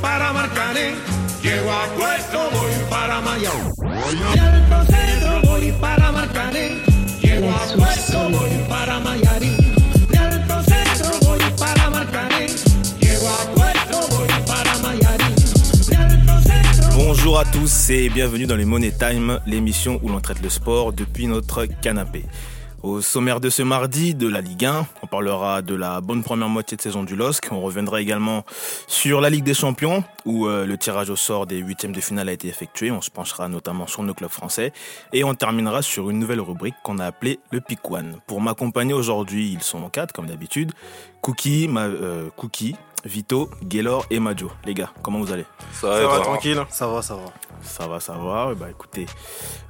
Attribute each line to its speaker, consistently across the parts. Speaker 1: Barcané, llego a puesto, voy para Mayao. Y al proceso voy para Marcané, llego a puesto, voy para Mayarí. Y al proceso voy para Marcané, llego a puesto, voy para Mayarí. Y al proceso
Speaker 2: Bonjour à tous et bienvenue dans les Money Time, l'émission où l'on traite le sport depuis notre canapé. Au sommaire de ce mardi de la Ligue 1, on parlera de la bonne première moitié de saison du LOSC. On reviendra également sur la Ligue des Champions, où euh, le tirage au sort des huitièmes de finale a été effectué. On se penchera notamment sur nos clubs français. Et on terminera sur une nouvelle rubrique qu'on a appelée le Pick One. Pour m'accompagner aujourd'hui, ils sont en quatre, comme d'habitude. Cookie, ma, euh, Cookie, Vito, Gaylor et Majo. Les gars, comment vous allez
Speaker 3: Ça va,
Speaker 2: bah.
Speaker 3: toi
Speaker 4: Ça va, ça va.
Speaker 2: Ça va, ça va. Eh ben, écoutez,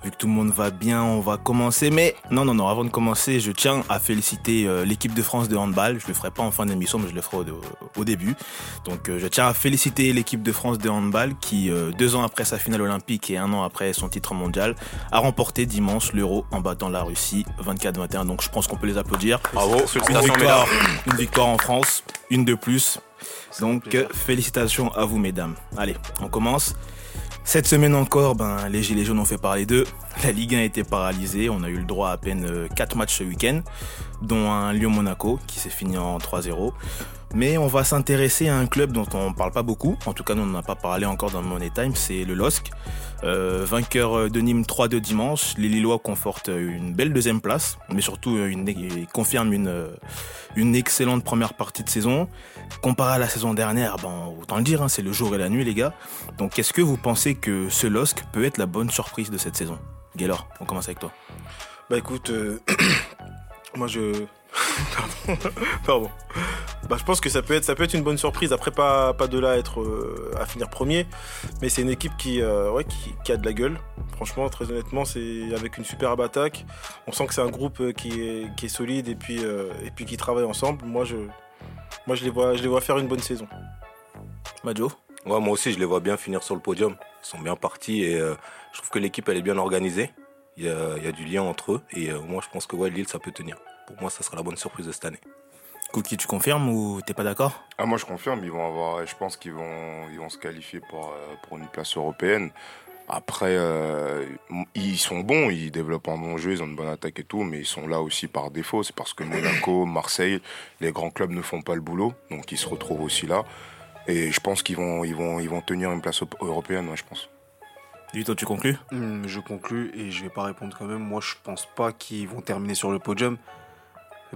Speaker 2: vu que tout le monde va bien, on va commencer. Mais non, non, non, avant de commencer, je tiens à féliciter euh, l'équipe de France de handball. Je le ferai pas en fin d'émission, mais je le ferai au, au début. Donc, euh, je tiens à féliciter l'équipe de France de handball qui, euh, deux ans après sa finale olympique et un an après son titre mondial, a remporté dimanche l'Euro en battant la Russie 24-21. Donc, je pense qu'on peut les applaudir.
Speaker 3: Bravo,
Speaker 2: Une
Speaker 3: félicitations mesdames.
Speaker 2: victoire, une victoire en France, une de plus. Donc euh, félicitations à vous mesdames. Allez, on commence. Cette semaine encore, ben, les Gilets jaunes ont fait parler d'eux. La Ligue 1 était paralysée, on a eu le droit à, à peine 4 matchs ce week-end, dont un Lyon-Monaco qui s'est fini en 3-0. Mais on va s'intéresser à un club dont on ne parle pas beaucoup, en tout cas nous on n'en a pas parlé encore dans le Money Time, c'est le LOSC. Euh, vainqueur de Nîmes 3-2 dimanche, les Lillois confortent une belle deuxième place, mais surtout euh, une, ils confirment une, euh, une excellente première partie de saison. Comparé à la saison dernière, ben, autant le dire, hein, c'est le jour et la nuit les gars. Donc est-ce que vous pensez que ce LOSC peut être la bonne surprise de cette saison Gaylor, on commence avec toi.
Speaker 4: Bah écoute, euh, moi je. Pardon. Pardon. Bah je pense que ça peut être, ça peut être une bonne surprise. Après, pas, pas de là à, être, euh, à finir premier, mais c'est une équipe qui, euh, ouais, qui, qui a de la gueule. Franchement, très honnêtement, c'est avec une superbe attaque. On sent que c'est un groupe euh, qui est, qui est solide et puis, euh, et puis qui travaille ensemble. Moi, je, moi je, les vois, je les vois faire une bonne saison.
Speaker 2: Majo
Speaker 3: Ouais, moi aussi, je les vois bien finir sur le podium. Ils sont bien partis et euh, je trouve que l'équipe, elle est bien organisée. Il y a, il y a du lien entre eux et euh, moi, je pense que ouais, Lille, ça peut tenir. Pour moi, ça sera la bonne surprise de cette année.
Speaker 2: Cookie, tu confirmes ou t'es pas d'accord
Speaker 5: Ah, moi je confirme, ils vont avoir, je pense qu'ils vont, ils vont se qualifier pour, euh, pour une place européenne. Après, euh, ils sont bons, ils développent un bon jeu, ils ont une bonne attaque et tout, mais ils sont là aussi par défaut. C'est parce que Monaco, Marseille, les grands clubs ne font pas le boulot, donc ils se retrouvent aussi là. Et je pense qu'ils vont, ils vont, ils vont tenir une place op- européenne, ouais, je pense.
Speaker 2: Vito, tu conclus
Speaker 6: Hmm, je conclus et je vais pas répondre quand même. Moi, je pense pas qu'ils vont terminer sur le podium.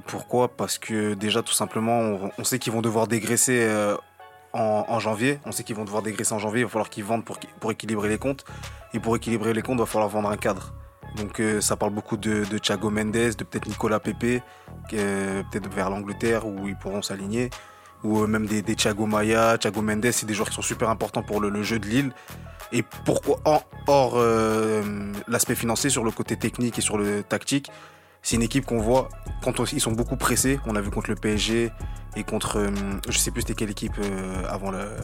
Speaker 6: Pourquoi Parce que déjà, tout simplement, on, on sait qu'ils vont devoir dégraisser euh, en, en janvier. On sait qu'ils vont devoir dégraisser en janvier. Il va falloir qu'ils vendent pour, pour équilibrer les comptes. Et pour équilibrer les comptes, il va falloir vendre un cadre. Donc, euh, ça parle beaucoup de, de Thiago Mendes, de peut-être Nicolas Pepe, euh, peut-être vers l'Angleterre où ils pourront s'aligner. Ou euh, même des, des Thiago Maya, Thiago Mendes, c'est des joueurs qui sont super importants pour le- le jeu de Lille. Et pourquoi, en- hors euh, l'aspect financier, sur le côté technique et sur le tactique, c'est une équipe qu'on voit quand on- ils sont beaucoup pressés. On a vu contre le PSG et contre, euh, je sais plus c'était quelle équipe euh, avant le-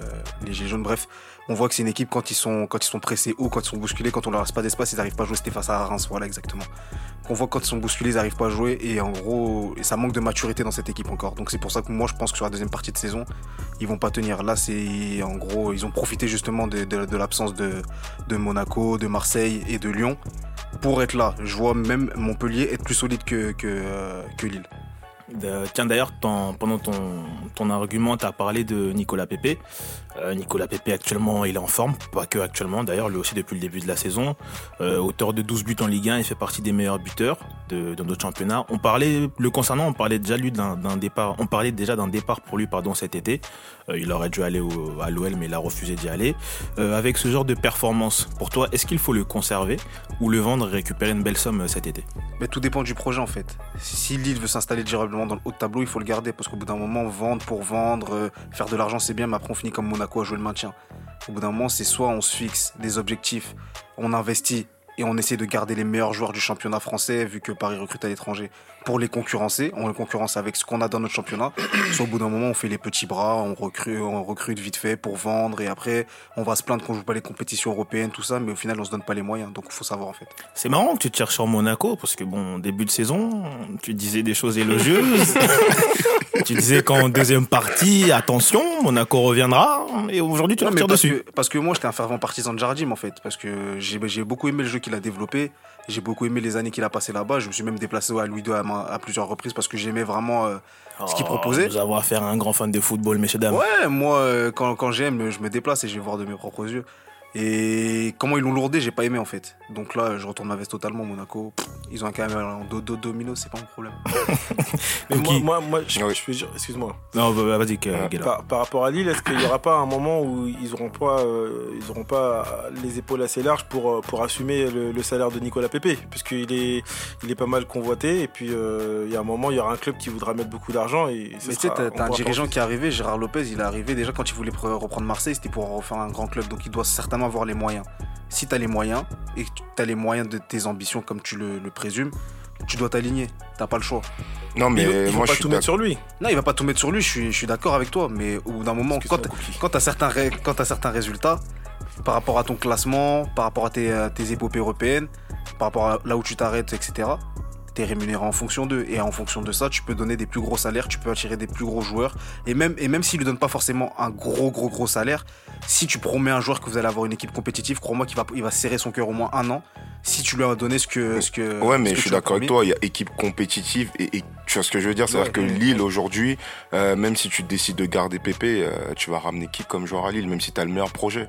Speaker 6: les Gilets jaunes. Bref, on voit que c'est une équipe quand ils sont quand ils sont pressés haut, quand ils sont bousculés, quand on leur laisse pas d'espace, ils n'arrivent pas à jouer. C'était face à Reims, voilà exactement. On voit que quand ils sont bousculés, ils n'arrivent pas à jouer et en gros, et ça manque de maturité dans cette équipe encore. Donc c'est pour ça que moi je pense que sur la deuxième partie de saison, ils vont pas tenir. Là, c'est en gros, ils ont profité justement de, de- de l'absence de, de Monaco, de Marseille et de Lyon pour être là. Je vois même Montpellier être plus solide que, que, euh, que Lille.
Speaker 2: Euh, tiens d'ailleurs, ton- pendant ton, ton argument, tu as parlé de Nicolas Pepe. Euh, Nicolas Pepe actuellement, il est en forme, pas que actuellement, d'ailleurs lui aussi depuis le début de la saison. Euh, auteur de 12 buts en Ligue 1, il fait partie des meilleurs buteurs de, de notre championnat. On parlait, le concernant, on parlait déjà lui d'un d'un départ, on parlait déjà d'un départ pour lui pardon cet été. Euh, il aurait dû aller au- à l'OL, mais il a refusé d'y aller. Euh, avec ce genre de performance, pour toi, est-ce qu'il faut le conserver ou le vendre et récupérer une belle somme euh, cet été
Speaker 6: Mais tout dépend du projet en fait. Si Lille veut s'installer durablement dans le haut de tableau, il faut le garder parce qu'au bout d'un moment, vendre pour vendre, euh, faire de l'argent c'est bien, mais après on finit comme Monaco à jouer le maintien. Au bout d'un moment, c'est soit on se fixe des objectifs, on investit et on essaie de garder les meilleurs joueurs du championnat français vu que Paris recrute à l'étranger pour les concurrencer. On les concurrence avec ce qu'on a dans notre championnat. Soit au bout d'un moment, on fait les petits bras, on recrute, on recrute vite fait pour vendre et après, on va se plaindre qu'on joue pas les compétitions européennes, tout ça, mais au final, on se donne pas les moyens. Donc, il faut savoir en fait.
Speaker 2: C'est marrant que tu te cherches en Monaco, parce que bon, début de saison, tu disais des choses élogieuses. tu disais qu'en deuxième partie, attention, Monaco reviendra, et aujourd'hui tu
Speaker 6: Non,
Speaker 2: leur
Speaker 6: mais
Speaker 2: tires
Speaker 6: parce
Speaker 2: dessus.
Speaker 6: Que, parce que moi, j'étais un fervent partisan de Jardim, en fait. Parce que j'ai j'ai beaucoup aimé le jeu qu'il a développé. J'ai beaucoup aimé les années qu'il a passées là-bas. Je me suis même déplacé à Louis II à, ma- à plusieurs reprises parce que j'aimais vraiment euh, ce qu'il
Speaker 2: Oh,
Speaker 6: proposait.
Speaker 2: Nous avons affaire à un grand fan de football, messieurs dames.
Speaker 6: Ouais, moi, euh, quand, quand j'aime, je me déplace et je vais voir de mes propres yeux. Et comment ils l'ont lourdé, j'ai pas aimé en fait. Donc là, je retourne ma veste totalement. Monaco, pff, ils ont quand même un euh, dodo domino, c'est pas mon problème.
Speaker 4: Mais
Speaker 2: Ok.
Speaker 4: Moi, moi, moi, je,
Speaker 5: Oui.
Speaker 4: je peux dire, excuse-moi.
Speaker 2: Non, bah, bah, vas-y, que-
Speaker 6: Euh,
Speaker 5: Ouais.
Speaker 2: Guéla.
Speaker 4: Par, par rapport à Lille, est-ce qu'il n'y aura pas un moment où ils n'auront pas, euh, ils auront pas les épaules assez larges pour, euh, pour assumer le, le salaire de Nicolas Pépé Puisqu'il est, il est pas mal convoité et puis euh, il y a un moment, il y aura un club qui voudra mettre beaucoup d'argent. et ce
Speaker 6: Mais tu sais,
Speaker 4: sera-
Speaker 6: t'as-
Speaker 4: on
Speaker 6: t'as un
Speaker 4: pourra
Speaker 6: dirigeant
Speaker 4: pas-
Speaker 6: qui est arrivé, Gérard Lopez, il est arrivé déjà quand il voulait pre- reprendre Marseille, c'était pour en refaire un grand club, donc il doit certainement avoir les moyens. Si t'as les moyens, et que tu- t'as les moyens de tes ambitions comme tu le, le présumes, tu dois t'aligner, t'as pas le choix.
Speaker 5: Non, mais
Speaker 4: Ils vont- ils vont
Speaker 5: moi, je
Speaker 4: pas
Speaker 5: suis
Speaker 4: tout mettre
Speaker 5: d'accord.
Speaker 4: sur lui.
Speaker 6: Non, il va pas tout mettre sur lui, je suis, je suis d'accord avec toi, mais au bout d'un moment, quand t'as- quand t'as certains, ré- quand t'as certains résultats, par rapport à ton classement, par rapport à tes, euh, tes épopées européennes, par rapport à là où tu t'arrêtes, etc., t'es rémunéré en fonction d'eux. Et en fonction de ça, tu peux donner des plus gros salaires, tu peux attirer des plus gros joueurs. Et même, et même s'ils lui donnent pas forcément un gros, gros, gros salaire, si tu promets à un joueur que vous allez avoir une équipe compétitive, crois-moi qu'il va, il va serrer son cœur au moins un an si tu lui as donné ce que. Ce que
Speaker 5: Ouais,
Speaker 6: ce
Speaker 5: mais
Speaker 6: Euh, que
Speaker 5: je suis
Speaker 6: tu as
Speaker 5: d'accord avec
Speaker 6: promis.
Speaker 5: toi. Il y a équipe compétitive et, et- tu vois ce que je veux dire. C'est-à-dire que Lille aujourd'hui, euh, même si tu décides de garder Pépé, euh, tu vas ramener qui comme joueur à Lille, même si t'as le meilleur projet.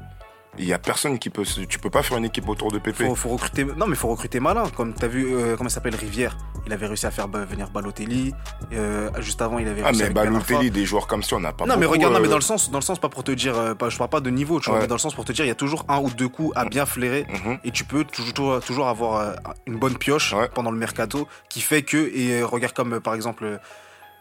Speaker 5: Il y a personne qui peut. se- Tu peux pas faire une équipe autour de Pépé.
Speaker 6: Faut, faut recruter. Non, mais faut recruter malin. Comme t'as vu, euh, comment il s'appelle Rivière. Il avait réussi à faire bah, venir Balotelli. Euh, juste avant, il avait
Speaker 5: Ah
Speaker 6: réussi
Speaker 5: mais
Speaker 6: avec Ben Arfa.
Speaker 5: Balotelli, des joueurs comme ça, on n'a pas.
Speaker 6: non mais
Speaker 5: beaucoup,
Speaker 6: regarde, non, mais
Speaker 5: euh,
Speaker 6: dans le sens, dans le sens pas pour te dire, euh, pas, je parle pas de niveau, tu vois,
Speaker 5: Ouais.
Speaker 6: mais dans le sens pour te dire, il y a toujours un ou deux coups à bien flairer
Speaker 5: Mhm.
Speaker 6: et tu peux toujours, toujours- toujours avoir euh, une bonne pioche
Speaker 5: Ouais.
Speaker 6: pendant le mercato qui fait que et euh, regarde comme euh, par exemple, euh,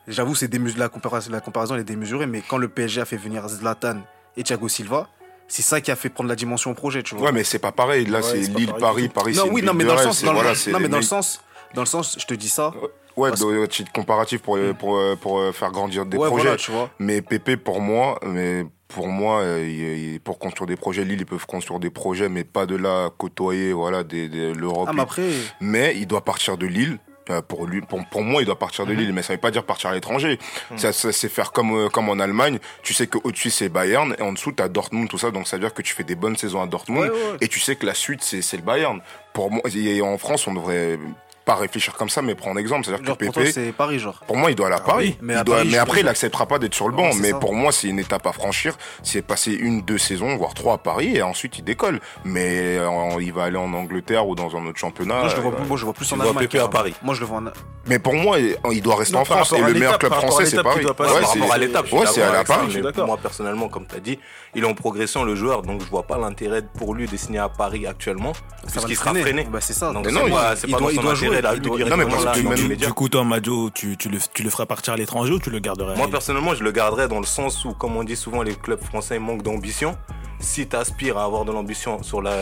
Speaker 6: j'avoue c'est démus- la comparaison, la comparaison elle est démesurée, mais quand le PSG a fait venir Zlatan et Thiago Silva, c'est ça qui a fait prendre la dimension au projet, tu vois.
Speaker 5: Ouais, mais c'est pas pareil. Là,
Speaker 4: Ouais,
Speaker 5: c'est
Speaker 4: c'est pas
Speaker 5: Lille,
Speaker 4: pareil du
Speaker 5: Paris,
Speaker 4: tout.
Speaker 5: Paris.
Speaker 6: non
Speaker 5: c'est une
Speaker 6: oui, non
Speaker 5: ville
Speaker 6: mais
Speaker 5: de
Speaker 6: dans le
Speaker 5: rêve,
Speaker 6: sens,
Speaker 5: c'est-
Speaker 6: dans le-
Speaker 5: voilà, c'est
Speaker 6: non
Speaker 5: les
Speaker 6: mais dans le
Speaker 5: mecs-
Speaker 6: sens, dans le sens, je te dis ça.
Speaker 5: Ouais,
Speaker 6: parce-
Speaker 5: de- euh, titre comparatif pour, pour, euh, pour, euh, faire grandir des
Speaker 6: ouais,
Speaker 5: projets.
Speaker 6: voilà, tu vois.
Speaker 5: Mais Pépé, pour moi, mais pour moi, euh, il- il- pour construire des projets, Lille, ils peuvent construire des projets, mais pas de là à côtoyer, voilà, des, des- l'Europe.
Speaker 6: Ah mais après,
Speaker 5: Mais il doit partir de Lille. euh, Pour, lui, pour, pour moi, il doit partir
Speaker 6: Mhm.
Speaker 5: de Lille, mais ça veut pas dire partir à l'étranger. Ça, ça, c'est faire comme, euh, comme en Allemagne. Tu sais qu'au-dessus, c'est Bayern, et en dessous, t'as Dortmund, tout ça. Donc, ça veut dire que tu fais des bonnes saisons à Dortmund,
Speaker 6: Ouais, ouais.
Speaker 5: et tu sais que la suite, c'est c'est le Bayern. Pour moi, et en France, on devrait pas réfléchir comme ça, mais prendre exemple. C'est-à-dire
Speaker 6: genre
Speaker 5: que
Speaker 6: pour
Speaker 5: Pépé.
Speaker 6: toi c'est Paris genre.
Speaker 5: Pour moi, il doit aller à Paris.
Speaker 6: oui, mais
Speaker 5: Il
Speaker 6: à
Speaker 5: doit-
Speaker 6: Paris,
Speaker 5: mais
Speaker 6: je pense
Speaker 5: après, il
Speaker 6: que-
Speaker 5: acceptera pas d'être sur le
Speaker 6: Ouais,
Speaker 5: banc.
Speaker 6: c'est
Speaker 5: mais
Speaker 6: ça.
Speaker 5: pour moi, c'est une étape à franchir. C'est passer une, deux saisons, voire trois à Paris, et ensuite il décolle. Mais euh, il va aller en Angleterre ou dans un autre championnat.
Speaker 6: Moi, je le vois,
Speaker 5: euh,
Speaker 6: plus- moi, je le vois plus
Speaker 3: Tu
Speaker 6: en
Speaker 3: vois
Speaker 6: Allemagne.
Speaker 3: Pépé à
Speaker 6: carrément.
Speaker 3: Paris.
Speaker 6: Moi, je le vois en. Ouais,
Speaker 5: Mais pour moi, il doit rester
Speaker 4: Non,
Speaker 5: en
Speaker 4: par
Speaker 5: France.
Speaker 4: rapport à
Speaker 5: Et le meilleur
Speaker 4: l'étape,
Speaker 5: club
Speaker 4: par rapport à
Speaker 5: français, c'est
Speaker 4: l'étape
Speaker 5: Paris.
Speaker 4: qu'il doit passer.
Speaker 5: Ouais,
Speaker 3: par
Speaker 5: c'est-
Speaker 3: rapport à l'étape, je
Speaker 5: Ouais,
Speaker 3: suis
Speaker 5: c'est aller à
Speaker 3: d'accord avec ça,
Speaker 5: Paris.
Speaker 4: je suis
Speaker 3: mais
Speaker 4: d'accord.
Speaker 3: Moi, personnellement, comme tu as dit, il est en progression, le joueur, donc je vois pas l'intérêt pour lui de signer à Paris actuellement,
Speaker 6: Ça va
Speaker 3: puisqu'il
Speaker 6: le
Speaker 3: sera
Speaker 6: freiner.
Speaker 3: freiné.
Speaker 6: Bah, c'est ça.
Speaker 3: Donc,
Speaker 5: Mais
Speaker 3: c'est
Speaker 5: non,
Speaker 3: pas,
Speaker 6: il-
Speaker 3: c'est
Speaker 6: il
Speaker 3: pas
Speaker 6: doit-
Speaker 3: dans
Speaker 6: il
Speaker 3: son
Speaker 6: doit jouer,
Speaker 3: intérêt là,
Speaker 6: il
Speaker 3: lui,
Speaker 6: doit-
Speaker 5: Non, mais parce
Speaker 3: directement, là,
Speaker 5: que
Speaker 3: dans
Speaker 5: même-
Speaker 3: les
Speaker 5: du-
Speaker 3: médias.
Speaker 2: Du coup, toi, Majo, tu, tu, le, tu le feras partir à l'étranger ou tu le garderais à
Speaker 3: Moi
Speaker 2: Lille
Speaker 3: personnellement, je le garderais dans le sens où, comme on dit souvent, les clubs français manquent d'ambition. Si tu aspires à avoir de l'ambition sur la,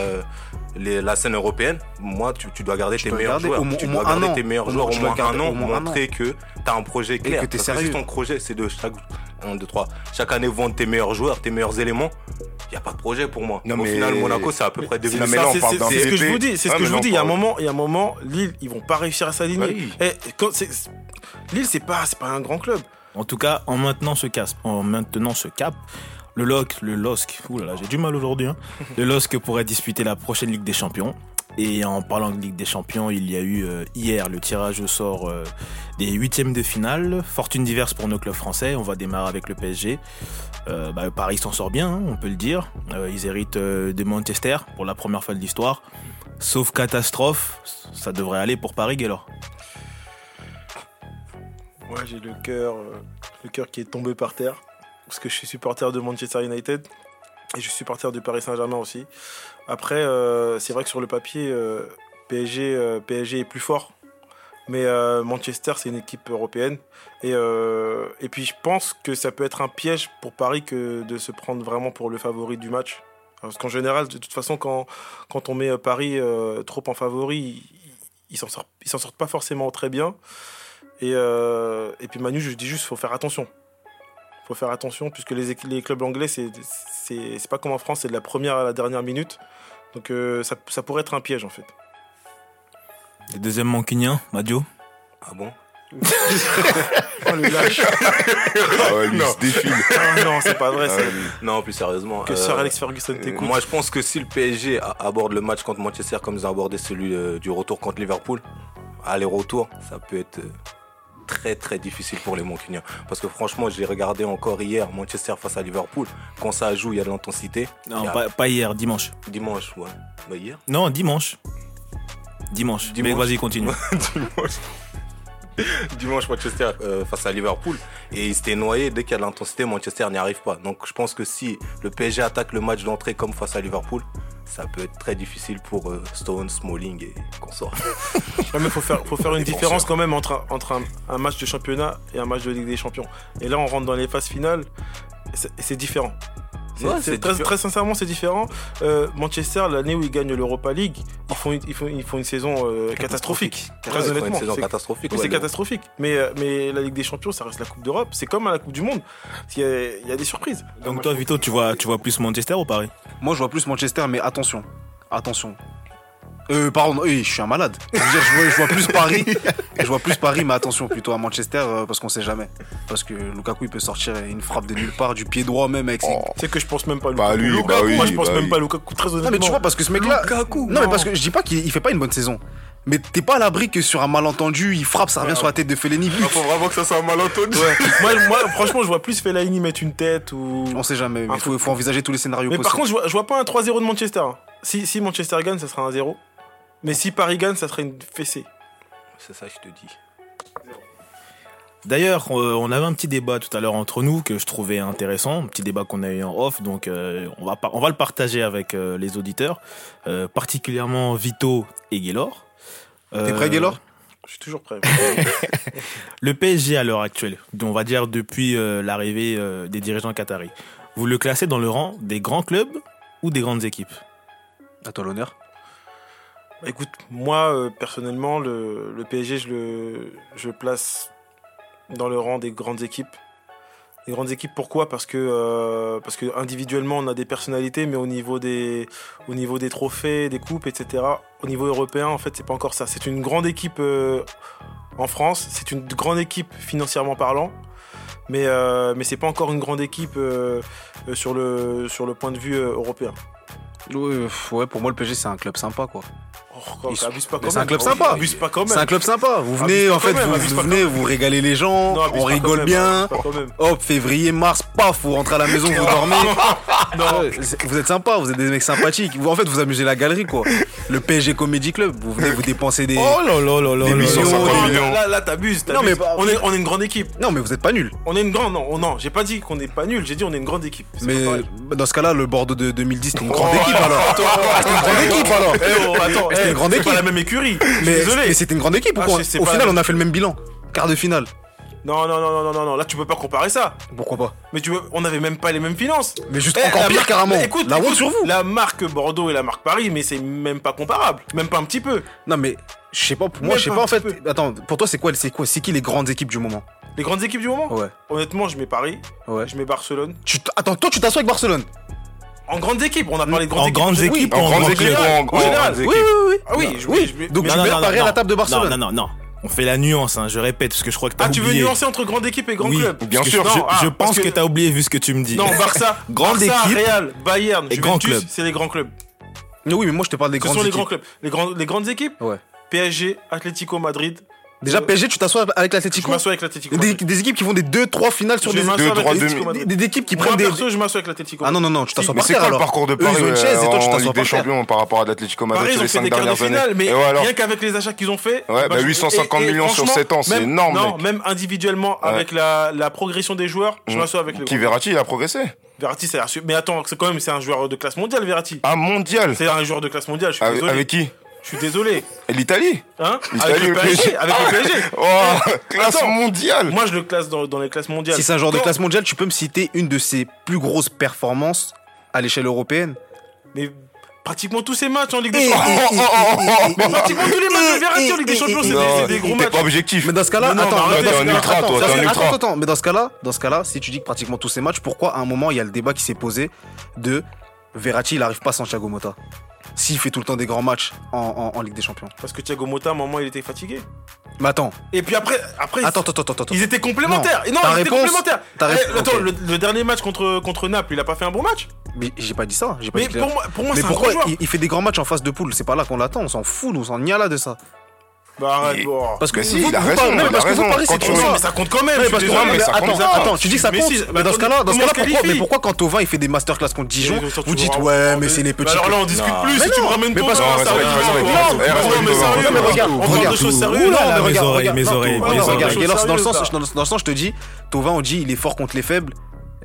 Speaker 3: les- la scène européenne, moi, tu, tu dois garder tes
Speaker 6: dois
Speaker 3: meilleurs
Speaker 6: garder
Speaker 3: joueurs.
Speaker 6: au moins-
Speaker 3: tu
Speaker 6: au
Speaker 3: dois
Speaker 6: moins un
Speaker 3: garder
Speaker 6: an.
Speaker 3: tes meilleurs
Speaker 6: Au
Speaker 3: joueurs
Speaker 6: moins,
Speaker 3: au
Speaker 6: tu dois
Speaker 3: moins un
Speaker 6: garder
Speaker 3: an
Speaker 6: au moins
Speaker 3: pour
Speaker 6: un an.
Speaker 3: montrer que tu as un projet clair.
Speaker 6: que t'es
Speaker 3: Parce si
Speaker 6: sérieux.
Speaker 3: ton projet, c'est de chaque, un, deux, trois, chaque année vendre tes meilleurs joueurs, tes meilleurs éléments. Il n'y a pas de projet pour moi.
Speaker 5: Non,
Speaker 3: Au
Speaker 5: mais-
Speaker 3: final, Monaco, c'est à peu près devenu
Speaker 5: Non, mais
Speaker 4: Ça,
Speaker 5: là, on
Speaker 4: c'est-
Speaker 5: parle
Speaker 4: c'est-
Speaker 5: d'un
Speaker 4: C'est ce que
Speaker 5: PP.
Speaker 4: je vous dis, c'est ce
Speaker 5: Ouais,
Speaker 4: que
Speaker 5: mais
Speaker 4: je
Speaker 5: là,
Speaker 4: vous
Speaker 5: on
Speaker 4: dis. Il y a un
Speaker 5: parle-
Speaker 4: moment, il y a un moment, Lille, ils vont pas réussir à s'aligner.
Speaker 5: Oui.
Speaker 4: Eh, quand c'est- c'est- Lille, c'est pas, c'est pas un grand club.
Speaker 2: En tout cas, en maintenant ce casque, en maintenant ce cap, le LOC, le LOSC, oulala, j'ai du mal aujourd'hui, hein. le LOSC pourrait disputer la prochaine Ligue des Champions. Et en parlant de Ligue des Champions, il y a eu euh, hier le tirage au sort euh, des huitièmes de finale. Fortune diverse pour nos clubs français. On va démarrer avec le PSG. Euh, bah, Paris s'en sort bien, hein, on peut le dire. Euh, ils héritent euh, de Manchester pour la première fois de l'histoire. Sauf catastrophe, ça devrait aller pour Paris, Gaylor.
Speaker 4: Moi, j'ai le cœur, euh, le cœur qui est tombé par terre parce que je suis supporter de Manchester United et je suis supporter du Paris Saint-Germain aussi. Après, euh, c'est vrai que sur le papier, euh, PSG, euh, PSG est plus fort, mais euh, Manchester, c'est une équipe européenne et euh, et puis je pense que ça peut être un piège pour Paris que de se prendre vraiment pour le favori du match Parce qu'en général, de toute façon, quand, quand on met euh, Paris euh, trop en favori, ils- ils s'en sortent, ils s'en sortent pas forcément très bien. Et, euh, et puis Manu, je dis juste, faut faire attention. faut faire attention, puisque les, équ- les clubs anglais, c'est c'est- c'est pas comme en France, c'est de la première à la dernière minute. Donc euh, ça, ça pourrait être un piège, en fait.
Speaker 2: Le deuxième mancunien, Madio.
Speaker 3: Ah bon
Speaker 5: Ah ouais, lui, il se défile.
Speaker 4: Ah non, c'est pas vrai.
Speaker 5: Ah
Speaker 4: c'est-
Speaker 5: ouais, lui.
Speaker 3: Non, plus sérieusement.
Speaker 4: que
Speaker 3: euh,
Speaker 4: Sir Alex Ferguson
Speaker 3: euh,
Speaker 4: t'écoute.
Speaker 3: moi, je pense que si le PSG a- aborde le match contre Manchester comme ils ont abordé celui euh, du retour contre Liverpool, aller-retour, ça peut être euh, très très difficile pour les Mancuniens. Parce que franchement, j'ai regardé encore hier Manchester face à Liverpool. Quand ça joue, il y a de l'intensité.
Speaker 2: Non,
Speaker 3: Il y a-
Speaker 2: pas, pas hier, dimanche.
Speaker 3: Dimanche, ouais. Bah, hier.
Speaker 2: Non, dimanche. Dimanche. Mais
Speaker 3: Dimanche.
Speaker 2: vas-y, continue.
Speaker 3: dimanche. dimanche, Manchester euh, face à Liverpool. Et il s'était noyé. Dès qu'il y a de l'intensité, Manchester n'y arrive pas. Donc je pense que si le PSG attaque le match d'entrée comme face à Liverpool, ça peut être très difficile pour euh, Stone, Smalling et consorts.
Speaker 4: Ouais, Ah, mais faut faire, faut faire une
Speaker 3: Défenseur.
Speaker 4: différence quand même entre, un, entre un, un match de championnat et un match de Ligue des Champions. Et là, on rentre dans les phases finales et c'est- et c'est différent. C'est-
Speaker 3: Ouais,
Speaker 4: c'est
Speaker 3: c'est
Speaker 4: très,
Speaker 3: diffé-
Speaker 4: très sincèrement, c'est différent. Euh, Manchester, l'année où ils gagnent l'Europa League, ils font, une- ils font, ils font une saison euh, catastrophique. Très
Speaker 3: C'est une
Speaker 4: honnêtement.
Speaker 3: saison
Speaker 4: C'est-
Speaker 3: catastrophique.
Speaker 4: oui,
Speaker 3: ouais,
Speaker 4: c'est
Speaker 3: mais-
Speaker 4: catastrophique. Mais, euh, mais la Ligue des Champions, ça reste la Coupe d'Europe. C'est comme à la Coupe du Monde. Il y a, il y a des surprises.
Speaker 2: Donc toi, Vito, tu vois, tu vois plus Manchester ou Paris
Speaker 6: Moi, je vois plus Manchester, mais attention. Attention. Euh, pardon, oui, je suis un malade. Je, veux dire, je vois, je vois plus Paris. Je vois plus Paris, mais attention plutôt à Manchester euh, parce qu'on sait jamais. Parce que Lukaku, il peut sortir une frappe de nulle part, du pied droit même avec ses.
Speaker 5: Oh.
Speaker 4: C'est que je pense même pas à
Speaker 5: Bah,
Speaker 4: Lukaku.
Speaker 5: lui, bah
Speaker 4: Lukaku, moi,
Speaker 5: oui,
Speaker 4: je pense
Speaker 5: bah
Speaker 4: même
Speaker 5: oui.
Speaker 4: pas à Lukaku. Très honnêtement.
Speaker 6: Non, mais tu vois, parce que ce mec-là.
Speaker 4: Lukaku,
Speaker 6: Non, mais
Speaker 4: non.
Speaker 6: parce que je dis pas qu'il il fait pas une bonne saison. Mais t'es pas à l'abri que sur un malentendu, il frappe, ça revient sur la tête de Fellaini.
Speaker 5: Il faut vraiment que ça soit un malentendu.
Speaker 4: Ouais. moi, moi, franchement, je vois plus Fellaini mettre une tête ou.
Speaker 6: On sait jamais, mais
Speaker 4: Un
Speaker 6: il faut, faut envisager tous les scénarios
Speaker 4: Mais
Speaker 6: possibles.
Speaker 4: par contre, je vois, je vois pas un 3-0 de Manchester. hein. Si, si Manchester gagne, ça sera un 0. Mais si Paris gagne, ça serait une fessée.
Speaker 3: C'est ça, je te dis.
Speaker 2: D'ailleurs, euh, on avait un petit débat tout à l'heure entre nous que je trouvais intéressant, un petit débat qu'on a eu en off, donc euh, on, va par- on va le partager avec euh, les auditeurs, euh, particulièrement Vito et Gaylor. Euh,
Speaker 6: T'es
Speaker 4: euh,
Speaker 6: prêt, Gaylor
Speaker 4: Je suis toujours prêt.
Speaker 2: Le PSG à l'heure actuelle, on va dire depuis euh, l'arrivée euh, des dirigeants qataris, vous le classez dans le rang des grands clubs ou des grandes équipes
Speaker 6: À toi l'honneur.
Speaker 4: Bah, Écoute, moi, euh, personnellement, le, le PSG, je le, je le place dans le rang des grandes équipes. Les grandes équipes, pourquoi parce que, euh, parce que individuellement, on a des personnalités, mais au niveau des, au niveau des trophées, des coupes, etc., au niveau européen, en fait, c'est pas encore ça. C'est une grande équipe euh, en France, c'est une grande équipe financièrement parlant, mais, euh, mais c'est pas encore une grande équipe euh, euh, sur, le, sur le point de vue euh, européen.
Speaker 6: Ouais, euh, ouais, pour moi, le PSG, c'est un club sympa, quoi.
Speaker 4: Oh,
Speaker 6: Ils sont-
Speaker 4: abuse pas
Speaker 6: Mais
Speaker 4: quand
Speaker 6: c'est un
Speaker 4: même.
Speaker 6: club sympa.
Speaker 4: Abuse pas quand même.
Speaker 6: C'est un club sympa. Vous venez,
Speaker 4: Abuse pas
Speaker 6: en fait,
Speaker 4: quand même,
Speaker 6: vous,
Speaker 4: abuse
Speaker 6: vous
Speaker 4: pas
Speaker 6: venez, vous régalez les gens,
Speaker 4: Non, abuse
Speaker 6: on
Speaker 4: pas quand
Speaker 6: rigole
Speaker 4: même,
Speaker 6: bien.
Speaker 4: abuse pas quand même.
Speaker 6: Hop, février, mars, paf, vous rentrez à la maison, vous dormez.
Speaker 4: Non.
Speaker 6: Ouais, c'est- vous êtes sympa, vous êtes des mecs sympathiques. Vous, en fait, vous amusez la galerie, quoi. Le PSG Comedy Club, vous venez, vous dépensez des.
Speaker 4: Oh.
Speaker 2: là là là là
Speaker 6: Des
Speaker 2: là
Speaker 6: millions,
Speaker 2: là.
Speaker 5: Pas
Speaker 4: Non,
Speaker 5: mignon.
Speaker 4: Là, là, t'abuses. t'abuses.
Speaker 6: Non, mais bah,
Speaker 4: on, est, on est une grande équipe.
Speaker 6: Non, mais vous êtes pas nul.
Speaker 4: On est une grande. Non, non j'ai pas dit qu'on n'est pas nul. J'ai dit on est une grande équipe. C'est
Speaker 6: Mais
Speaker 4: pas pareil.
Speaker 6: bah, dans ce cas-là, le Bordeaux de 2010, c'était une grande
Speaker 4: Oh,
Speaker 6: équipe alors. C'était une grande équipe alors.
Speaker 4: Eh, oh, attends,
Speaker 6: c'était
Speaker 4: eh,
Speaker 6: une grande
Speaker 4: c'est
Speaker 6: équipe.
Speaker 4: pas la même écurie. Je suis
Speaker 6: Mais,
Speaker 4: désolé.
Speaker 6: mais c'était une grande équipe.
Speaker 4: Ah,
Speaker 6: Pourquoi
Speaker 4: c'est- c'est
Speaker 6: Au
Speaker 4: pas-
Speaker 6: final, on a fait le même bilan. Quart de finale.
Speaker 4: Non, non, non, non, non, non, non. Là, tu peux pas comparer ça.
Speaker 6: Pourquoi pas
Speaker 4: Mais tu veux, on avait même pas les mêmes finances.
Speaker 6: Mais juste
Speaker 4: Eh,
Speaker 6: encore
Speaker 4: la
Speaker 6: pire
Speaker 4: marque-
Speaker 6: carrément.
Speaker 4: Mais Écoute,
Speaker 6: la honte
Speaker 4: écoute,
Speaker 6: sur vous.
Speaker 4: La marque Bordeaux et la marque Paris, mais c'est même pas comparable. Même pas un petit peu.
Speaker 6: Non mais je sais pas. Pour moi,
Speaker 4: Même
Speaker 6: je sais
Speaker 4: pas
Speaker 6: pas,
Speaker 4: un
Speaker 6: en fait.
Speaker 4: petit
Speaker 6: Attends, pour toi, c'est quoi C'est quoi C'est qui les grandes équipes du moment
Speaker 4: Les grandes équipes du moment
Speaker 6: Ouais.
Speaker 4: Honnêtement, je mets Paris.
Speaker 6: Ouais.
Speaker 4: Je mets Barcelone.
Speaker 6: Tu t- Attends, toi, tu t'assois avec Barcelone.
Speaker 4: En grandes équipes. On a parlé de grandes
Speaker 2: En
Speaker 4: équipes.
Speaker 2: grandes équipes, en
Speaker 5: En grandes
Speaker 2: grandes
Speaker 5: équipes,
Speaker 2: clubs.
Speaker 5: en en
Speaker 4: Au
Speaker 5: grandes
Speaker 4: général,
Speaker 5: équipes.
Speaker 6: Oui, oui, oui.
Speaker 4: Ah oui, je-
Speaker 6: oui.
Speaker 4: je- mais-
Speaker 6: Donc
Speaker 4: mais-
Speaker 6: tu
Speaker 2: Non, non,
Speaker 6: peux
Speaker 2: non,
Speaker 6: réparer
Speaker 2: non,
Speaker 6: à la table de
Speaker 2: non,
Speaker 6: Barcelone.
Speaker 2: Non, non, non, non. On fait la nuance, hein, je répète, parce que je crois que t'as
Speaker 4: Ah, tu
Speaker 2: oublié.
Speaker 4: veux nuancer entre grande équipe et grand
Speaker 2: Oui,
Speaker 4: club
Speaker 5: Bien
Speaker 2: Parce que
Speaker 5: sûr.
Speaker 2: je-
Speaker 4: Non, ah,
Speaker 2: je,
Speaker 4: parce
Speaker 2: pense que,
Speaker 4: que-
Speaker 2: t'as oublié vu ce que tu me dis.
Speaker 4: Non, Barça,
Speaker 2: Grande
Speaker 4: Barça,
Speaker 2: équipe.
Speaker 4: Real, Bayern,
Speaker 2: Et grand
Speaker 4: Juventus,
Speaker 2: club.
Speaker 4: c'est les grands clubs.
Speaker 6: Mais oui, mais moi, je te parle des
Speaker 4: Ce
Speaker 6: grandes
Speaker 4: sont les
Speaker 6: équipes.
Speaker 4: grands clubs. Les, grands- les grandes équipes,
Speaker 6: Ouais.
Speaker 4: PSG, Atlético Madrid.
Speaker 6: Déjà,
Speaker 4: Euh,
Speaker 6: PSG, tu t'assois avec
Speaker 4: Je
Speaker 6: l'Atlético.
Speaker 4: m'assois avec l'Atlético
Speaker 6: Des,
Speaker 4: Madrid.
Speaker 6: des équipes qui font des 2-3 finales sur
Speaker 4: Je
Speaker 6: des,
Speaker 4: m'assois
Speaker 5: deux,
Speaker 4: avec
Speaker 5: trois
Speaker 4: l'Atlético
Speaker 5: demi.
Speaker 4: Madrid.
Speaker 6: des- des équipes qui
Speaker 4: Moi,
Speaker 6: prennent des.
Speaker 4: perso, je m'assois avec l'Atlético
Speaker 6: Ah non, non, non, tu t'assois
Speaker 5: Mais
Speaker 6: par
Speaker 5: c'est
Speaker 6: terre
Speaker 5: quoi le
Speaker 6: alors.
Speaker 5: parcours de
Speaker 6: Eux,
Speaker 5: Paris
Speaker 6: ils ont une
Speaker 5: euh,
Speaker 6: chaise et toi, tu
Speaker 5: en
Speaker 6: t'assois
Speaker 5: Ligue des
Speaker 6: par terre.
Speaker 5: Champions par rapport à l'Atlético Madrid
Speaker 4: Paris, ils
Speaker 5: sur
Speaker 4: ont
Speaker 5: les
Speaker 4: fait des
Speaker 5: 5
Speaker 4: quarts de
Speaker 5: dernières
Speaker 4: finale,
Speaker 5: années
Speaker 4: mais
Speaker 5: Et ouais, alors
Speaker 4: rien qu'avec les achats qu'ils ont fait.
Speaker 5: Ouais, bah, 850 millions sur
Speaker 4: franchement,
Speaker 5: sept ans, c'est
Speaker 4: même-
Speaker 5: énorme,
Speaker 4: Non,
Speaker 5: mec. Mmh.
Speaker 4: même individuellement, avec la, la progression des joueurs, je m'assois avec les
Speaker 5: Qui
Speaker 4: grands.
Speaker 5: Verratti, il a progressé
Speaker 4: Verratti, c'est un su- Mais attends, c'est quand même, c'est un joueur de classe mondiale, Verratti.
Speaker 5: Un mondial
Speaker 4: C'est un joueur de classe mondiale, je suis
Speaker 5: Avec,
Speaker 4: désolé.
Speaker 5: Ah avec qui
Speaker 4: Je suis désolé.
Speaker 5: Et L'Italie
Speaker 4: Hein
Speaker 5: L'Italie,
Speaker 4: Avec le PSG. Avec le PSG.
Speaker 5: Oh, classe
Speaker 4: Euh, Attends.
Speaker 5: mondiale
Speaker 4: Moi, je le classe dans, dans les classes mondiales.
Speaker 6: Si c'est un joueur de
Speaker 4: Quand-
Speaker 6: classe mondiale, tu peux me citer une de ses plus grosses performances à l'échelle européenne
Speaker 4: mais pratiquement tous ces matchs en Ligue
Speaker 5: Oh,
Speaker 4: des
Speaker 6: Eh,
Speaker 4: Champions.
Speaker 6: eh, eh, eh, eh, eh,
Speaker 4: Pratiquement tous les matchs de Verratti en Ligue des Champions, c'est des- c'est des gros
Speaker 5: t'es
Speaker 4: matchs.
Speaker 5: pas objectif.
Speaker 6: Mais dans ce cas-là,
Speaker 4: Non, non,
Speaker 6: attends,
Speaker 4: mais arrête,
Speaker 6: attends,
Speaker 4: t'es un
Speaker 6: attends,
Speaker 5: ultra, toi,
Speaker 6: attends,
Speaker 5: t'es un
Speaker 6: attends,
Speaker 5: ultra.
Speaker 6: attends, attends, mais dans ce cas-là, dans ce cas-là, si tu dis que pratiquement tous ces matchs, pourquoi à un moment il y a le débat qui s'est posé de Verratti, il arrive pas sans Thiago Motta S'il fait tout le temps des grands matchs en, en- en Ligue des Champions.
Speaker 4: Parce que Thiago Motta, à un moment, il était fatigué.
Speaker 6: Mais attends,
Speaker 4: Et puis après, après
Speaker 6: attends, attends, attends, attends.
Speaker 4: ils étaient complémentaires. Non,
Speaker 6: ta
Speaker 4: ils étaient
Speaker 6: réponse-
Speaker 4: complémentaires.
Speaker 6: ta
Speaker 4: Eh,
Speaker 6: réponse-
Speaker 4: Attends,
Speaker 6: ok.
Speaker 4: le, le dernier match contre, contre Naples, il a pas fait un bon match.
Speaker 6: Mais j'ai pas dit ça, j'ai pas
Speaker 4: Mais
Speaker 6: dit que-
Speaker 4: pour moi, pour moi
Speaker 6: Mais
Speaker 4: c'est un gros
Speaker 6: pourquoi
Speaker 4: joueur.
Speaker 6: il, il fait des grands matchs en phase de poule C'est pas là qu'on l'attend, on s'en fout, nous, on s'en là de ça.
Speaker 4: Bah arrête,
Speaker 5: Mais-
Speaker 4: bon.
Speaker 6: Parce que
Speaker 5: Mais si,
Speaker 6: vous-
Speaker 5: il a
Speaker 6: vous
Speaker 5: raison,
Speaker 6: parlez- non, mais
Speaker 5: il a
Speaker 6: parce que vous
Speaker 5: raison.
Speaker 6: parlez, c'est
Speaker 5: Quand
Speaker 6: trop
Speaker 5: tu-
Speaker 4: Non,
Speaker 6: ça.
Speaker 4: mais ça compte quand même.
Speaker 6: Ouais,
Speaker 4: je suis
Speaker 6: parce que-
Speaker 4: désolé.
Speaker 5: mais ça
Speaker 6: attends,
Speaker 5: compte pas.
Speaker 6: attends, tu dis que ça
Speaker 4: Mais
Speaker 6: compte.
Speaker 4: si,
Speaker 6: Mais,
Speaker 4: bah
Speaker 6: dans ce cas-là, dans
Speaker 4: comment
Speaker 6: ce cas-là,
Speaker 4: se
Speaker 6: pourquoi, mais
Speaker 4: qualifie
Speaker 6: pourquoi quand Tovin il fait des masterclass contre Dijon,
Speaker 4: Mais surtout,
Speaker 6: vous dites
Speaker 4: vraiment,
Speaker 6: ouais, mais c'est les
Speaker 4: Bah
Speaker 6: petits.
Speaker 4: alors là,
Speaker 6: clubs.
Speaker 4: on discute
Speaker 3: Non.
Speaker 4: plus.
Speaker 6: Mais
Speaker 4: Si tu
Speaker 6: non.
Speaker 4: me ramènes
Speaker 6: Mais
Speaker 4: ton
Speaker 6: parce que-
Speaker 4: temps, ça
Speaker 5: Respecte-
Speaker 4: va être
Speaker 5: respecte-
Speaker 4: grave.
Speaker 5: respecte-
Speaker 4: Non,
Speaker 5: respecte-
Speaker 4: non,
Speaker 5: respecte-
Speaker 4: mais sérieux,
Speaker 5: respecte-
Speaker 4: non, mais
Speaker 5: regarde,
Speaker 4: on parle de choses
Speaker 6: Ouh
Speaker 4: sérieuses.
Speaker 6: là là,
Speaker 4: Non, mais
Speaker 6: regarde,
Speaker 2: oreilles,
Speaker 6: regarde.
Speaker 2: mes
Speaker 6: Non,
Speaker 2: oreilles,
Speaker 6: non,
Speaker 4: mes
Speaker 6: non,
Speaker 4: oreilles.
Speaker 6: regarde, Guélos, dans le
Speaker 4: Sérieux,
Speaker 6: sens,
Speaker 4: ça.
Speaker 6: dans le- dans le sens, je te dis, Tovin, on dit, il est fort contre les faibles.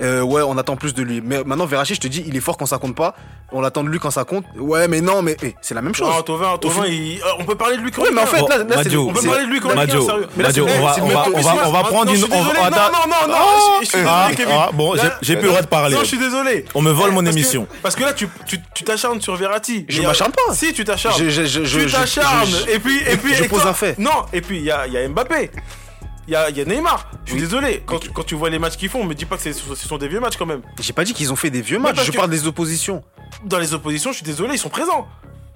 Speaker 6: Euh, ouais, on attend plus de lui. Mais maintenant, Verratti, je te dis, il est fort quand ça compte pas. On l'attend de lui quand ça compte. Ouais, mais non, mais eh, c'est la même chose.
Speaker 4: Non, Tovin, Tovin,
Speaker 6: Au
Speaker 4: Ah, il- euh, on peut parler de lui quand
Speaker 6: Ouais,
Speaker 4: même.
Speaker 6: mais en fait, là, là, c'est-
Speaker 2: Madjo,
Speaker 4: on peut
Speaker 2: c'est-
Speaker 4: parler de lui quand même.
Speaker 2: Madjo,
Speaker 4: sérieux. Mais là,
Speaker 2: Madjo,
Speaker 4: c'est-
Speaker 2: on va-
Speaker 4: c'est
Speaker 2: on
Speaker 4: le
Speaker 2: va-
Speaker 4: mec-
Speaker 2: on va- on va
Speaker 4: Non,
Speaker 2: prendre
Speaker 4: je suis
Speaker 2: une- on va-
Speaker 4: désolé,
Speaker 2: attends.
Speaker 4: Non, non, non, non, je- je suis
Speaker 2: Ah,
Speaker 4: désolé, Kevin.
Speaker 2: ah, bon, j'ai-
Speaker 4: Là-
Speaker 2: j'ai plus le droit de parler.
Speaker 4: Non, je suis désolé. Eh,
Speaker 2: On me vole mon
Speaker 4: Parce que-
Speaker 2: émission.
Speaker 4: Parce que là, tu tu- tu t'acharnes sur Verratti.
Speaker 6: Je
Speaker 4: Mais, euh,
Speaker 6: m'acharne pas.
Speaker 4: Si, tu t'acharnes.
Speaker 6: Je- je- je- je-
Speaker 4: Tu
Speaker 6: je-
Speaker 4: t'acharnes.
Speaker 6: je- je-
Speaker 4: Et puis, et puis.
Speaker 6: je
Speaker 4: et
Speaker 6: pose
Speaker 4: toi-
Speaker 6: un fait.
Speaker 4: Non, et puis, il y a il y a Mbappé. Il y, a il y a Neymar. Je suis désolé. Quand, tu- quand tu vois les matchs qu'ils font, me dis pas que c'est- ce sont des vieux matchs quand même.
Speaker 6: J'ai pas dit qu'ils ont fait des vieux
Speaker 4: Ouais,
Speaker 6: matchs.
Speaker 4: parce
Speaker 6: Je
Speaker 4: que-
Speaker 6: parle des oppositions.
Speaker 4: Dans les oppositions, je suis désolé, ils sont présents.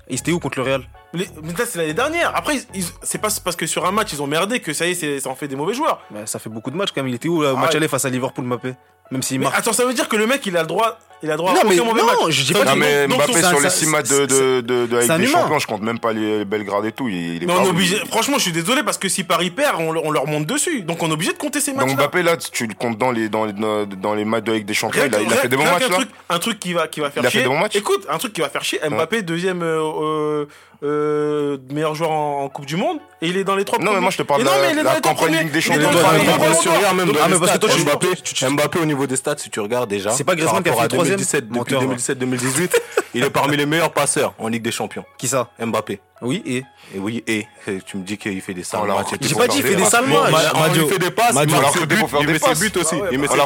Speaker 6: Et c'était où contre le Real
Speaker 4: Les- mais là, c'est l'année dernière. Après, ils- ils- c'est pas parce que sur un match, ils ont merdé que ça y est, c'est- ça en fait des mauvais joueurs.
Speaker 6: Bah, ça fait beaucoup de matchs quand même. Il était où là, au
Speaker 4: Ah
Speaker 6: match
Speaker 4: ouais.
Speaker 6: aller face à Liverpool Mbappé Même s'il
Speaker 4: Mais
Speaker 6: marque.
Speaker 4: attends, ça veut dire que le mec, il a le droit, il a le droit
Speaker 6: Non,
Speaker 4: à
Speaker 6: mais
Speaker 4: aucun mauvais
Speaker 6: non,
Speaker 4: match.
Speaker 6: je
Speaker 4: Ça
Speaker 6: dis pas
Speaker 4: veut
Speaker 5: Non,
Speaker 4: dire-
Speaker 5: mais
Speaker 4: donc,
Speaker 5: Mbappé
Speaker 4: donc,
Speaker 6: ça-
Speaker 5: sur les
Speaker 6: ça-
Speaker 5: 6 matchs de,
Speaker 6: c'est-
Speaker 5: de, de, de-
Speaker 6: c'est un
Speaker 5: avec des
Speaker 6: humain.
Speaker 5: champions, je compte même pas les Belgrade et tout. Il, il est
Speaker 4: mais on
Speaker 5: pas
Speaker 4: est
Speaker 5: où.
Speaker 4: obligé. Franchement, je suis désolé parce que si Paris perd, on, le- on leur monte dessus. Donc on est obligé de compter ces
Speaker 5: Donc
Speaker 4: matchs.
Speaker 5: Mbappé, là, tu le comptes dans les, dans les, dans les matchs de Ligue des Champions. Il a, il a fait des bons matchs,
Speaker 4: un
Speaker 5: là.
Speaker 4: truc, un truc qui va, qui va faire
Speaker 5: Il a fait
Speaker 4: chier.
Speaker 5: des bons matchs
Speaker 4: Écoute, un truc qui va faire chier. Mbappé, deuxième euh, euh, euh, meilleur joueur en, en Coupe du Monde, et il est dans les trois.
Speaker 5: Non, mais
Speaker 4: premiers.
Speaker 5: moi, je te parle
Speaker 4: Et
Speaker 5: de
Speaker 4: non,
Speaker 5: la-
Speaker 4: mais il est
Speaker 5: de
Speaker 4: dans
Speaker 5: la
Speaker 4: les trois
Speaker 5: campagne
Speaker 4: premiers.
Speaker 5: Ligue
Speaker 4: Il
Speaker 5: des
Speaker 4: est
Speaker 5: Champions.
Speaker 4: dans les
Speaker 5: Il est
Speaker 4: trois
Speaker 5: dans les
Speaker 4: premiers.
Speaker 5: trois
Speaker 4: Il est dans les
Speaker 3: premiers.
Speaker 4: trois
Speaker 6: Ah, mais
Speaker 4: premiers.
Speaker 6: parce que
Speaker 4: Dans
Speaker 6: toi, tu
Speaker 4: les
Speaker 6: joues
Speaker 4: trois
Speaker 6: pas.
Speaker 4: premiers.
Speaker 3: Mbappé, Mbappé au niveau des stats, si tu regardes déjà.
Speaker 6: C'est pas Griezmann
Speaker 3: par
Speaker 6: qui a
Speaker 3: rapport
Speaker 6: fait
Speaker 3: à
Speaker 6: troisième
Speaker 3: 2017, depuis
Speaker 6: Menteur, hein. va.
Speaker 3: 2017-2018, il est parmi les meilleurs passeurs en Ligue des Champions.
Speaker 6: Qui ça
Speaker 3: Mbappé.
Speaker 6: Oui, et
Speaker 3: Et oui, et et tu me dis qu'il fait des sales
Speaker 5: Oh là,
Speaker 3: matchs. et
Speaker 5: j'ai
Speaker 3: tout.
Speaker 6: J'ai pas dit il fait des sales
Speaker 2: Bon,
Speaker 6: matchs.
Speaker 2: Ma- Madjo, Madjo,
Speaker 5: Alors que pour faire des passes.
Speaker 4: Ah
Speaker 5: Ah
Speaker 3: aussi.
Speaker 4: bah
Speaker 3: Il met ses
Speaker 5: Alors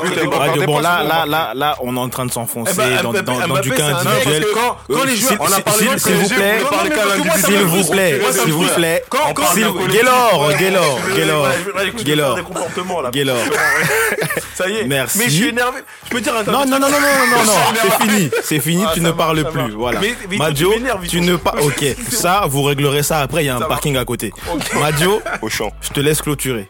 Speaker 5: que
Speaker 3: buts,
Speaker 5: t'es
Speaker 3: il
Speaker 5: pas-
Speaker 3: va faire
Speaker 2: Radio,
Speaker 5: des
Speaker 2: bon,
Speaker 5: passes,
Speaker 2: là,
Speaker 5: bon,
Speaker 2: là, là, là, on est en train de s'enfoncer
Speaker 4: Eh ben,
Speaker 2: dans,
Speaker 4: Mbappé,
Speaker 2: dans- dans du
Speaker 4: Mbappé,
Speaker 2: cas
Speaker 4: c'est un mec,
Speaker 2: individuel.
Speaker 4: parce que quand- quand
Speaker 2: Euh,
Speaker 4: les
Speaker 2: s'il-
Speaker 4: joueurs- on a
Speaker 2: s'il-
Speaker 4: parlé
Speaker 2: s'il-
Speaker 4: de
Speaker 2: S'il vous
Speaker 4: PSG,
Speaker 2: plaît,
Speaker 4: on parle quand même du
Speaker 2: s'il
Speaker 4: PSG.
Speaker 2: vous plaît,
Speaker 4: Moi, ça me
Speaker 2: s'il vous
Speaker 4: frustre.
Speaker 2: plaît,
Speaker 4: Quand- quand-
Speaker 2: s'il vous
Speaker 4: quand-
Speaker 2: Gaylor,
Speaker 4: Ouais,
Speaker 2: Gaylor,
Speaker 4: je vais-
Speaker 2: Gaylor,
Speaker 4: je vais- je vais- je vais
Speaker 2: Gaylor.
Speaker 4: faire des comportements, là.
Speaker 2: Gaylor.
Speaker 4: Ça y est.
Speaker 2: Merci.
Speaker 4: Mais je suis énervé. Je peux dire un
Speaker 2: Non, non, non, non, non, non, non, non, c'est fini, c'est fini,
Speaker 4: Ah,
Speaker 2: tu
Speaker 4: ça
Speaker 2: ne
Speaker 4: va,
Speaker 2: parles
Speaker 4: ça
Speaker 2: plus,
Speaker 4: va.
Speaker 2: voilà.
Speaker 4: Mais- mais
Speaker 2: Madjo,
Speaker 4: tu m'énerves,
Speaker 2: tu
Speaker 4: Victor.
Speaker 2: ne pas, ok, ça, vous réglerez ça après, il y a un parking à côté. Madjo,
Speaker 5: Au champ.
Speaker 2: je te laisse clôturer.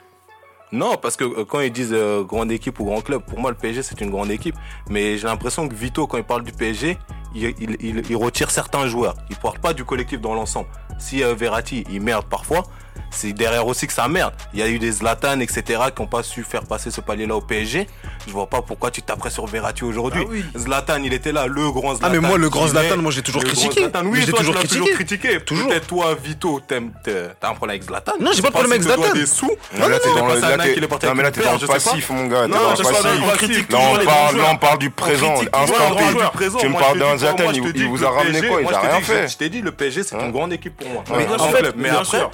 Speaker 3: Non, parce que euh, quand ils disent euh, grande équipe ou grand club, pour moi le PSG c'est une grande équipe. Mais j'ai l'impression que Vito, quand il parle du PSG, il, il- il- il retire certains joueurs. Il ne parle pas du collectif dans l'ensemble. Si euh, Verratti, il merde parfois, c'est derrière aussi que ça merde. Il y a eu des Zlatan, etc., qui n'ont pas su faire passer ce palier-là au PSG. Je vois pas pourquoi tu taperais sur Verratti aujourd'hui.
Speaker 4: Ah oui.
Speaker 3: Zlatan, il était là, le grand Zlatan.
Speaker 6: Ah, mais moi, le grand
Speaker 3: qui met-
Speaker 6: Zlatan, moi, je l'ai toujours
Speaker 3: le grand
Speaker 6: critiqué.
Speaker 3: Zlatan,
Speaker 6: Mais
Speaker 3: Oui,
Speaker 6: je l'ai
Speaker 3: toi, tu
Speaker 6: toujours
Speaker 3: l'as toujours
Speaker 6: critiqué.
Speaker 3: critiqué.
Speaker 6: Toujours.
Speaker 3: Peut-être toi, Vito, t'aimes- t'es- t'as un problème avec Zlatan.
Speaker 6: Non, j'ai pas de problème avec
Speaker 3: Je pense qu'il te
Speaker 6: Zlatan.
Speaker 3: doit des sous.
Speaker 5: Non, là, t'es dans le-
Speaker 3: Face à
Speaker 5: là,
Speaker 3: Nike,
Speaker 5: t'es-
Speaker 3: il est parti
Speaker 5: non, mais là,
Speaker 3: avec
Speaker 5: t'es
Speaker 3: une
Speaker 5: dans
Speaker 3: paire,
Speaker 5: le
Speaker 3: je sais
Speaker 5: passif, mon gars. T'es
Speaker 4: Non,
Speaker 5: dans
Speaker 4: je
Speaker 5: le
Speaker 4: sais pas,
Speaker 5: passif.
Speaker 4: non, on critique
Speaker 5: Là,
Speaker 4: toujours
Speaker 5: on
Speaker 4: les grands
Speaker 5: parle,
Speaker 4: joueurs.
Speaker 5: là, on parle du présent.
Speaker 4: critique toujours les
Speaker 5: Instant
Speaker 4: grands joueurs.
Speaker 5: T. Tu me parles d'un Zlatan, il il vous a ramené quoi Il a rien fait.
Speaker 3: Je t'ai dit, le PSG, c'est une grande équipe pour moi.
Speaker 5: Mais
Speaker 4: bien
Speaker 3: en
Speaker 4: sûr,
Speaker 3: fait, mais
Speaker 4: bien
Speaker 3: après,
Speaker 4: sûr.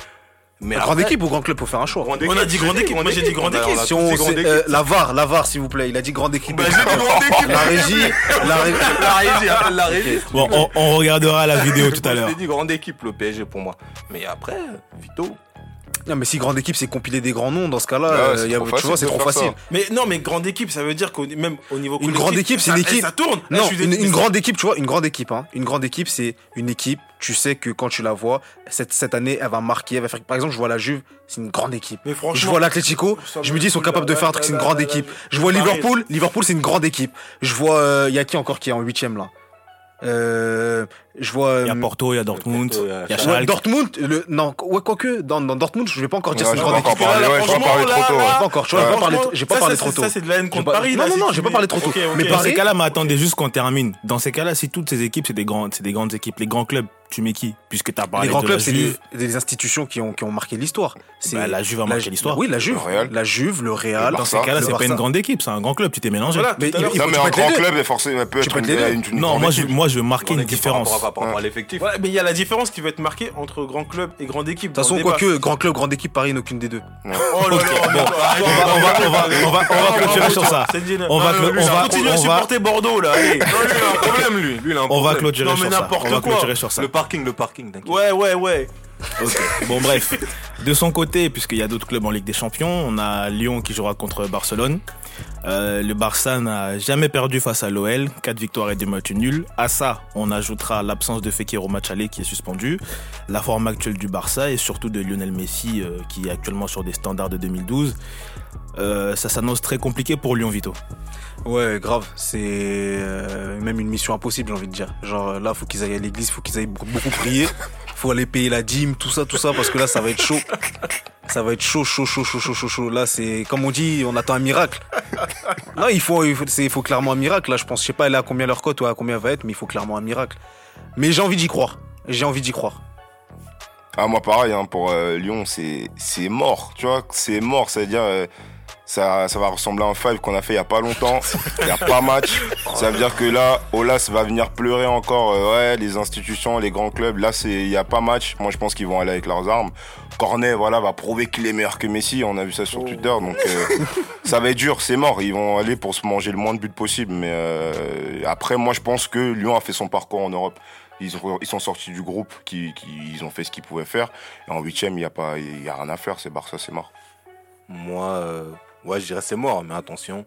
Speaker 3: mais
Speaker 6: Grande
Speaker 3: après,
Speaker 6: équipe ou grand club pour faire un choix
Speaker 3: grande
Speaker 4: On a dit grande équipe, moi j'ai dit grande équipe.
Speaker 3: on a
Speaker 6: Si on,
Speaker 3: Bah, tous dit grande
Speaker 6: c'est,
Speaker 3: équipe.
Speaker 6: euh, la VAR, la VAR, s'il vous plaît, il a dit grande équipe.
Speaker 3: Bah, j'ai dit grande équipe.
Speaker 6: la régie, la régie.
Speaker 3: La régie, appelle la régie.
Speaker 2: Bon, on, on regardera la vidéo tout à l'heure.
Speaker 3: Je t'ai dit grande équipe, le PSG pour moi. Mais après, Vito.
Speaker 6: Non, mais si grande équipe, c'est compiler des grands noms. Dans ce cas-là,
Speaker 5: Ah,
Speaker 6: euh,
Speaker 5: c'est
Speaker 6: y a-
Speaker 5: trop
Speaker 6: tu vois,
Speaker 5: facile
Speaker 6: c'est
Speaker 5: de
Speaker 6: trop
Speaker 5: faire ça.
Speaker 6: facile.
Speaker 4: Mais non, mais grande équipe, ça veut dire qu'au même au niveau
Speaker 6: Une
Speaker 4: collectif,
Speaker 6: grande équipe, c'est
Speaker 4: ça-
Speaker 6: une équipe.
Speaker 4: Ça tourne. Eh, je
Speaker 6: Non,
Speaker 4: suis
Speaker 6: une,
Speaker 4: désolé.
Speaker 6: une grande équipe, tu vois, une grande équipe. Hein. Une grande équipe, c'est une équipe. Tu sais que quand tu la vois, cette, cette année, elle va marquer. Elle va faire... Par exemple, je vois la Juve, c'est une grande équipe.
Speaker 4: Mais franchement,
Speaker 6: je vois l'Atlético,
Speaker 4: ça
Speaker 6: je
Speaker 4: me
Speaker 6: me dis, ils sont
Speaker 4: saoule,
Speaker 6: capables de
Speaker 4: là,
Speaker 6: faire un truc,
Speaker 4: là,
Speaker 6: c'est une
Speaker 4: là,
Speaker 6: grande
Speaker 4: là,
Speaker 6: équipe.
Speaker 4: là,
Speaker 6: Je vois
Speaker 4: Paris.
Speaker 6: Liverpool, Liverpool, c'est une grande équipe. Je vois, euh, y a qui encore qui est en huitième là Euh, Je vois.
Speaker 2: Il y a
Speaker 6: euh,
Speaker 2: Porto, il y a Dortmund,
Speaker 3: Porto, il y a
Speaker 4: Euh,
Speaker 2: il y a
Speaker 6: Ouais,
Speaker 2: Schalke.
Speaker 6: Dortmund, le, non, ouais, quoique, dans, dans Dortmund, je vais pas encore dire
Speaker 5: Ouais,
Speaker 6: c'est une
Speaker 5: je vais
Speaker 6: grande
Speaker 5: pas
Speaker 6: équipe.
Speaker 5: encore parler, ouais, je vais pas parler trop tôt.
Speaker 6: Pas
Speaker 5: ouais. Euh,
Speaker 6: encore, tu vois, j'ai pas parlé, j'ai pas
Speaker 4: Ça,
Speaker 6: parlé
Speaker 4: c'est-
Speaker 6: trop tôt.
Speaker 4: Ça, c'est de la haine
Speaker 6: J'ai
Speaker 4: contre
Speaker 6: pas-
Speaker 4: Paris.
Speaker 6: Non,
Speaker 4: là,
Speaker 6: non,
Speaker 4: si
Speaker 6: non,
Speaker 4: tu
Speaker 6: j'ai pas
Speaker 4: mets-
Speaker 6: parlé trop tôt.
Speaker 4: Ok, ok.
Speaker 6: Mais
Speaker 2: Dans ces
Speaker 6: Paris,
Speaker 2: cas-là, mais attendez juste qu'on termine. Dans ces cas-là, si toutes ces équipes, c'est des grands, c'est des grandes équipes, les grands clubs, tu mets qui Puisque t'as parlé
Speaker 6: les grands
Speaker 2: de
Speaker 6: clubs,
Speaker 2: la
Speaker 6: c'est
Speaker 2: Juve.
Speaker 6: des, des institutions qui ont, qui ont marqué l'histoire. C'est
Speaker 2: Bah, la Juve a
Speaker 6: la-
Speaker 2: marqué l'histoire.
Speaker 6: Oui, la Juve.
Speaker 5: Le Real.
Speaker 6: La Juve, le Real.
Speaker 5: Le
Speaker 2: Dans
Speaker 5: Barça.
Speaker 2: ces cas-là, c'est
Speaker 6: Le
Speaker 2: pas
Speaker 6: Barça.
Speaker 2: une grande équipe, c'est un grand club, tu t'es mélangé.
Speaker 4: Voilà,
Speaker 6: Mais
Speaker 4: tout à l'heure.
Speaker 6: il-
Speaker 5: Non,
Speaker 6: faut-
Speaker 5: mais
Speaker 6: tu
Speaker 5: un
Speaker 6: peux te
Speaker 5: grand
Speaker 6: les deux.
Speaker 5: club est forcément peut être
Speaker 6: peux
Speaker 5: une,
Speaker 6: te les deux.
Speaker 5: une, une
Speaker 2: non,
Speaker 5: grande
Speaker 2: moi je,
Speaker 5: équipe.
Speaker 2: moi je veux marquer une
Speaker 3: Grande équipe par
Speaker 2: différence.
Speaker 3: rapport à- Par rapport à l'effectif.
Speaker 4: Ouais, mais il y a la différence qui va être marquée entre grand club et grande équipe.
Speaker 6: De toute façon, quoique, grand club, grande équipe, Paris, aucune des deux.
Speaker 4: Oh là là,
Speaker 2: On va, on va, on va, on va, on va clôturer sur ça. On va, clo- on va,
Speaker 4: continuer
Speaker 2: on
Speaker 4: à
Speaker 2: va-
Speaker 4: supporter Bordeaux là. allez.
Speaker 3: Non, lui, il a un problème, lui. Lui, il a un
Speaker 2: on va
Speaker 3: problème.
Speaker 2: clôturer
Speaker 4: Non, mais
Speaker 2: sur ça.
Speaker 4: n'importe
Speaker 2: On va
Speaker 4: quoi.
Speaker 2: clôturer sur ça.
Speaker 3: Le parking, le parking, t'inquiète.
Speaker 4: Ouais, ouais, ouais.
Speaker 2: Ok. Bon bref, de son côté, puisqu'il y a d'autres clubs en Ligue des Champions, on a Lyon qui jouera contre Barcelone. Euh, le Barça n'a jamais perdu face à l'OL, 4 victoires et 2 matchs nuls. À ça, on ajoutera l'absence de Fekir au match aller qui est suspendu, la forme actuelle du Barça et surtout de Lionel Messi euh, qui est actuellement sur des standards de 2012. Euh, ça s'annonce très compliqué pour Lyon Vito.
Speaker 6: Ouais, grave. C'est euh, même une mission impossible, j'ai envie de dire. Genre euh, là, faut qu'ils aillent à l'église, faut qu'ils aillent beaucoup beaucoup prier, faut aller payer la dîme, tout ça, tout ça, parce que là, ça va être chaud. Ça va être chaud, chaud, chaud, chaud, chaud, chaud, chaud. Là, c'est comme on dit, on attend un miracle. Là, il faut, il faut, c'est- il faut clairement un miracle. Là, je pense, je sais pas, elle est à combien leur cote ou à combien elle va être, mais il faut clairement un miracle. Mais j'ai envie d'y croire. J'ai envie d'y croire.
Speaker 5: Ah, moi, pareil, hein, pour euh, Lyon, c'est c'est mort, tu vois, c'est mort, c'est-à-dire. euh, ça, ça va ressembler à un five qu'on a fait il y a pas longtemps. Il y a pas match. Ça veut dire que là, Olas va venir pleurer encore. euh, ouais, les institutions, les grands clubs. Là, c'est il y a pas match. Moi, je pense qu'ils vont aller avec leurs armes. Cornet, voilà, va prouver qu'il est meilleur que Messi. On a vu ça sur Twitter. Donc, euh, ça va être dur. C'est mort. Ils vont aller pour se manger le moins de buts possible. Mais euh, après, moi, je pense que Lyon a fait son parcours en Europe. Ils, ont- ils sont sortis du groupe, qui, qui- ils ont fait ce qu'ils pouvaient faire. Et en huitième, il n'y a, pas- il y a rien à faire, c'est Barça, c'est mort.
Speaker 3: Moi, euh, ouais, je dirais c'est mort, mais attention.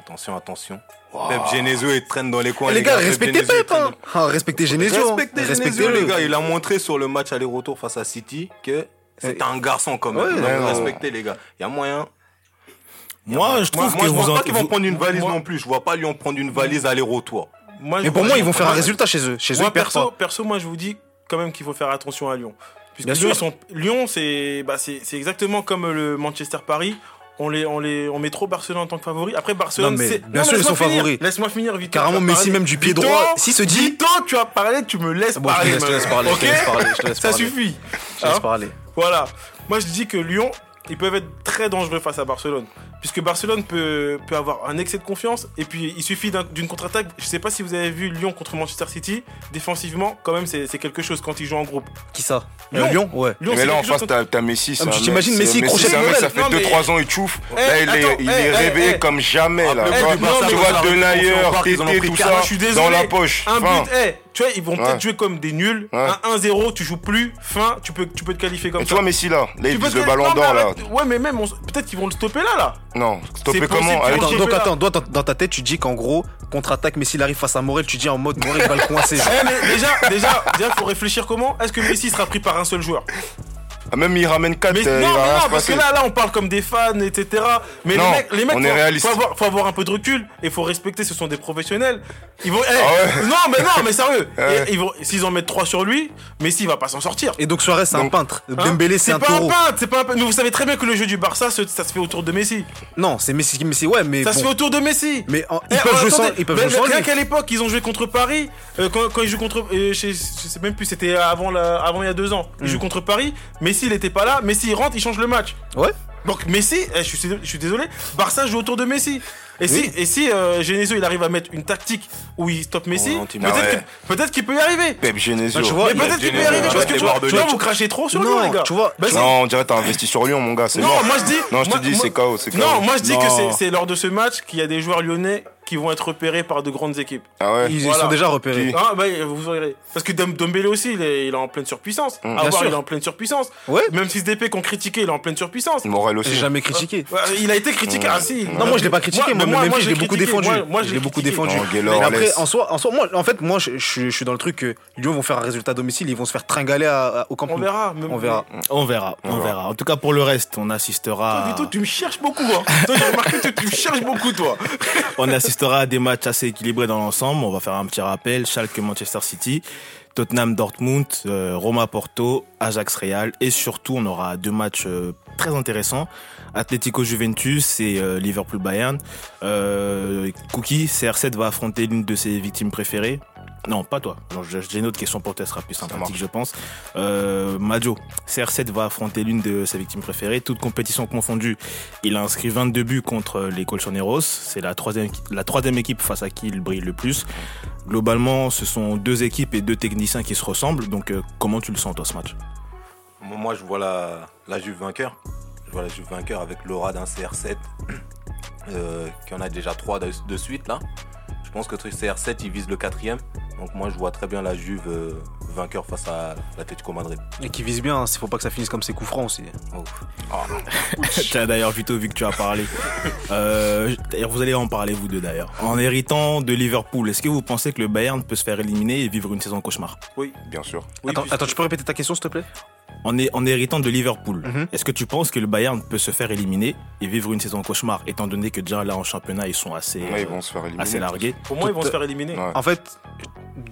Speaker 3: Attention, attention. Pep Genesio, il traîne dans les coins.
Speaker 6: Eh, les gars, respectez
Speaker 3: Genesio, il
Speaker 6: Pep,
Speaker 3: traîne
Speaker 6: hein. Ah, Respectez Genesio. hein.
Speaker 3: Respectez, Genesio,
Speaker 6: Respectez-le.
Speaker 3: les gars. Il a montré sur le match aller-retour face à City que c'est un garçon quand même.
Speaker 6: Ouais,
Speaker 3: Donc,
Speaker 5: ouais, ouais.
Speaker 3: respectez, les gars. Il y a moyen.
Speaker 2: Moi, je
Speaker 3: Moi,
Speaker 2: trouve
Speaker 3: moi,
Speaker 2: que
Speaker 3: je
Speaker 2: vous
Speaker 3: vois
Speaker 2: en-
Speaker 3: pas qu'ils vont
Speaker 2: vous-
Speaker 3: prendre une valise
Speaker 4: moi-
Speaker 3: non plus. Je vois pas Lyon prendre une valise aller-retour.
Speaker 4: Moi, je-
Speaker 6: Mais pour moi, ils vont faire un résultat chez eux. Chez eux,
Speaker 4: Moi,
Speaker 6: ils perdent
Speaker 4: perso,
Speaker 6: pas.
Speaker 4: perso, moi, je vous dis quand même qu'il faut faire attention à Lyon. Puisque
Speaker 6: Bien
Speaker 4: Lyon,
Speaker 6: sûr.
Speaker 4: ils sont- Lyon, c'est bah, c'est c'est exactement comme le Manchester-Paris. On, les, on, les, on met trop Barcelone en tant que favori. Après, Barcelone,
Speaker 6: Non, mais
Speaker 4: c'est.
Speaker 6: bien sûr,
Speaker 4: laisse-moi
Speaker 6: ils sont
Speaker 4: finir.
Speaker 6: favoris.
Speaker 4: Laisse-moi finir vite.
Speaker 6: Carrément, Messi, même du pied droit. Si se dit.
Speaker 4: Tant tu as parlé, tu me laisses
Speaker 6: Bon, Bah, je te
Speaker 4: parler.
Speaker 6: laisse- je te laisse
Speaker 4: maintenant.
Speaker 6: parler, je te laisse
Speaker 4: Ok
Speaker 6: parler, je te laisse
Speaker 4: Ça
Speaker 6: parler.
Speaker 4: suffit.
Speaker 6: Je te laisse
Speaker 4: Hein
Speaker 6: parler.
Speaker 4: Voilà. Moi, je dis que Lyon, ils peuvent être très dangereux face à Barcelone. Puisque Barcelone peut, peut avoir un excès de confiance. Et puis, il suffit d'un- d'une contre-attaque. Je sais pas si vous avez vu Lyon contre Manchester City. Défensivement, quand même, c'est c'est quelque chose quand ils jouent en groupe.
Speaker 6: Qui ça
Speaker 4: Lyon.
Speaker 6: Euh, Lyon, ouais.
Speaker 4: Lyon,
Speaker 5: mais
Speaker 4: c'est
Speaker 5: là en
Speaker 4: quelque chose
Speaker 5: face
Speaker 4: quand-
Speaker 5: t'as t'as Messi, c'est
Speaker 6: mais
Speaker 5: un
Speaker 6: tu
Speaker 5: mec-
Speaker 6: t'imagines
Speaker 5: c'est-
Speaker 6: Messi
Speaker 5: Messi,
Speaker 6: crochet
Speaker 5: c'est un mec,
Speaker 4: Noël.
Speaker 5: ça fait
Speaker 4: Non, mais-
Speaker 5: 2-3 ans il chouffe. Là il
Speaker 4: attends,
Speaker 5: est, il
Speaker 4: eh,
Speaker 5: est
Speaker 4: eh,
Speaker 5: réveillé
Speaker 4: eh.
Speaker 5: comme jamais là.
Speaker 4: Eh,
Speaker 5: Tu vois,
Speaker 4: du Barça,
Speaker 5: tu
Speaker 4: ils ont
Speaker 5: vois
Speaker 4: pris
Speaker 5: Delayer,
Speaker 3: quarante, ils ont
Speaker 5: Tété,
Speaker 3: pris
Speaker 5: tout
Speaker 3: quarante,
Speaker 5: ça
Speaker 4: je suis désolé.
Speaker 5: dans la poche.
Speaker 4: Un
Speaker 5: Fin.
Speaker 4: but, eh, tu vois, ils vont peut-être
Speaker 5: Ouais.
Speaker 4: jouer comme des nuls.
Speaker 5: Ouais.
Speaker 4: Un 1-0, tu joues plus. Fin, tu peux, tu peux te qualifier comme
Speaker 5: Et tu
Speaker 4: ça.
Speaker 5: vois Messi là, là
Speaker 4: Tu
Speaker 5: il
Speaker 4: peux
Speaker 5: vise
Speaker 4: te-
Speaker 5: le ballon
Speaker 4: Non, mais
Speaker 5: d'or là.
Speaker 4: arrête. Ouais, mais même, on s- peut-être qu'ils vont le stopper là, là.
Speaker 5: Non,
Speaker 4: C'est
Speaker 5: stoppé comment
Speaker 4: possible,
Speaker 5: avec-
Speaker 4: Lyon,
Speaker 6: Attends,
Speaker 4: j'ai
Speaker 6: donc
Speaker 4: fait là.
Speaker 6: attends, toi, dans, dans ta tête, tu dis qu'en gros, contre-attaque, Messi il arrive face à Morel, tu dis en mode Morel va le coincer. genre.
Speaker 4: Eh, mais déjà, déjà, déjà, faut réfléchir comment. Est-ce que Messi sera pris par un seul joueur
Speaker 5: Ah, Même il ramène 4,
Speaker 4: Mais
Speaker 5: il
Speaker 4: non,
Speaker 5: va
Speaker 4: mais
Speaker 5: rien
Speaker 4: non,
Speaker 5: se
Speaker 4: parce que
Speaker 5: passer.
Speaker 4: là, là, on parle comme des fans, etc. Mais
Speaker 5: Non,
Speaker 4: les mecs, les mecs,
Speaker 5: on est
Speaker 4: faut-
Speaker 5: réaliste.
Speaker 4: Faut avoir, faut avoir un peu de recul et faut respecter. Ce sont des professionnels. Ils vont. eh,
Speaker 5: Ah ouais.
Speaker 4: Non, mais non, mais sérieux.
Speaker 5: Ah ouais.
Speaker 4: Et ils vont. S'ils en mettent trois sur lui, Messi va pas s'en sortir.
Speaker 6: Et donc Suarez, c'est un
Speaker 5: Donc-
Speaker 6: peintre.
Speaker 4: Hein
Speaker 6: Dembélé, c'est un
Speaker 4: pas un
Speaker 6: taureau.
Speaker 4: peintre, c'est pas un peintre. Mais vous savez très bien que le jeu du Barça, se- ça se fait autour de Messi.
Speaker 6: Non, c'est Messi, Messi, ouais, mais
Speaker 4: ça se fait
Speaker 6: bon.
Speaker 4: autour de Messi.
Speaker 6: Mais en-
Speaker 4: Eh,
Speaker 6: ils peuvent
Speaker 4: oh,
Speaker 6: jouer sans,
Speaker 4: attendez,
Speaker 6: ils peuvent
Speaker 4: mais-
Speaker 6: jouer sans
Speaker 4: mais
Speaker 6: lui.
Speaker 4: Rien qu'à l'époque, ils ont joué contre Paris. euh, quand, quand ils jouent contre, euh, je, sais- je sais même plus, c'était avant, la- avant il y a deux ans. Ils
Speaker 6: Hmm.
Speaker 4: jouent contre Paris. Messi, il était pas là. Messi, il rentre, il change le match.
Speaker 6: Ouais.
Speaker 4: Donc Messi, eh, je, suis, je suis désolé, Barça joue autour de Messi. Et si, et si euh, Genesio il arrive à mettre une tactique où il stoppe Messi,
Speaker 6: Oh,
Speaker 3: Ouais, on t'y met.
Speaker 4: peut-être
Speaker 5: Ah ouais.
Speaker 4: que- peut-être qu'il peut y arriver.
Speaker 5: Pep Genesio.
Speaker 6: Ah, tu vois,
Speaker 4: Mais
Speaker 6: il y a
Speaker 4: peut-être qu'il peut y
Speaker 3: Genesio,
Speaker 4: arriver
Speaker 3: ouais,
Speaker 4: parce que
Speaker 3: les
Speaker 4: tu vois,
Speaker 3: Bordelais.
Speaker 4: tu vois, vous crachez trop sur
Speaker 6: Non,
Speaker 4: lui, les gars.
Speaker 6: tu vois,
Speaker 4: Bah, c'est-
Speaker 5: Non, on dirait que t'as investi sur Lyon mon gars, c'est
Speaker 4: non,
Speaker 5: mort.
Speaker 4: moi je dis.
Speaker 5: Non, je te
Speaker 4: moi-
Speaker 5: dis
Speaker 4: moi-
Speaker 5: c'est KO, c'est KO.
Speaker 4: Non, moi je dis que
Speaker 5: Non.
Speaker 4: c'est- c'est lors de ce match qu'il y a des joueurs lyonnais qui vont être repérés par de grandes équipes.
Speaker 5: Ah ouais.
Speaker 6: Ils ils
Speaker 4: Voilà.
Speaker 6: sont déjà repérés.
Speaker 5: Qui-
Speaker 4: Ah, bah, vous verrez. Parce que Dom- Dombele aussi, il est, il est en pleine surpuissance. Avoir,
Speaker 6: Mm. sûr.
Speaker 4: il est en pleine surpuissance.
Speaker 6: Ouais.
Speaker 4: Même si ce DP qu'on critiquait, il est en pleine surpuissance.
Speaker 5: Morel
Speaker 6: J'ai
Speaker 5: aussi.
Speaker 6: jamais critiqué.
Speaker 4: Ouais, Il a été critiqué. Ah, si.
Speaker 6: Mm. Non, moi je l'ai pas critiqué, moi,
Speaker 4: mais
Speaker 6: même si je l'ai
Speaker 4: l'ai
Speaker 6: beaucoup
Speaker 4: critiqué.
Speaker 6: défendu.
Speaker 4: Moi, moi,
Speaker 6: je l'ai beaucoup
Speaker 4: critiqué.
Speaker 6: défendu.
Speaker 5: Non,
Speaker 6: Mais
Speaker 5: Gaylor,
Speaker 6: après,
Speaker 5: laisse.
Speaker 6: en soi, en soi, moi, en fait, moi, je, je- je suis dans le truc que Lyon vont faire un résultat à domicile, ils vont se faire tringaler à- à- au camp.
Speaker 4: On
Speaker 6: Nou.
Speaker 4: verra, mais-
Speaker 6: On verra.
Speaker 2: On verra, on verra. En tout cas, pour le reste, on assistera.
Speaker 4: Toi,
Speaker 2: à-
Speaker 4: Vito, tu me cherches beaucoup, hein. Toi, j'ai remarqué que tu me cherches beaucoup, toi.
Speaker 2: On assistera à des matchs assez équilibrés dans l'ensemble. On va faire un petit rappel. Schalke Manchester City, Tottenham Dortmund, euh, Roma Porto, Ajax Real. Et surtout, on aura deux matchs euh, très intéressants. Atletico Juventus et euh, Liverpool Bayern. Euh, Cookie, CR7 va affronter l'une de ses victimes préférées. Non, pas toi. Alors, je- J'ai une autre question pour toi, ce sera plus sympathique,
Speaker 5: marche.
Speaker 2: je pense. Euh, Majo, CR7 va affronter l'une de ses victimes préférées, toutes compétitions confondues. Il a inscrit 22 buts contre les Colchoneros. C'est la troisième, la troisième équipe face à qui il brille le plus. Globalement, ce sont deux équipes et deux techniciens qui se ressemblent. Donc, euh, comment tu le sens, toi, ce match
Speaker 3: Moi, je vois la, la Juve vainqueur. Je vois la Juve vainqueur avec l'aura d'un CR7 euh, qui en a déjà trois de, de suite là. Je pense que ce CR7 il vise le quatrième. Donc moi, je vois très bien la Juve euh, vainqueur face à l'Atlético Madrid.
Speaker 6: Et qui vise bien, il faut pas que ça finisse comme ses coups francs aussi.
Speaker 3: Oh.
Speaker 2: Tiens, d'ailleurs, Vito, vu que tu as parlé. Euh, d'ailleurs, vous allez en parler, vous deux, d'ailleurs. En héritant de Liverpool, est-ce que vous pensez que le Bayern peut se faire éliminer et vivre une saison cauchemar
Speaker 5: bien sûr.
Speaker 4: Oui,
Speaker 6: attends,
Speaker 4: puisque-
Speaker 6: attends, tu peux répéter ta question s'il te plaît
Speaker 2: en, é- en héritant de Liverpool,
Speaker 6: Mhm.
Speaker 2: est-ce que tu penses que le Bayern peut se faire éliminer et vivre une saison cauchemar, étant donné que déjà là en championnat ils sont assez,
Speaker 5: Là, ils
Speaker 2: euh,
Speaker 5: vont se faire éliminer.
Speaker 2: assez largués
Speaker 4: Pour moi, ils vont se faire éliminer.
Speaker 5: Ouais.
Speaker 6: En fait,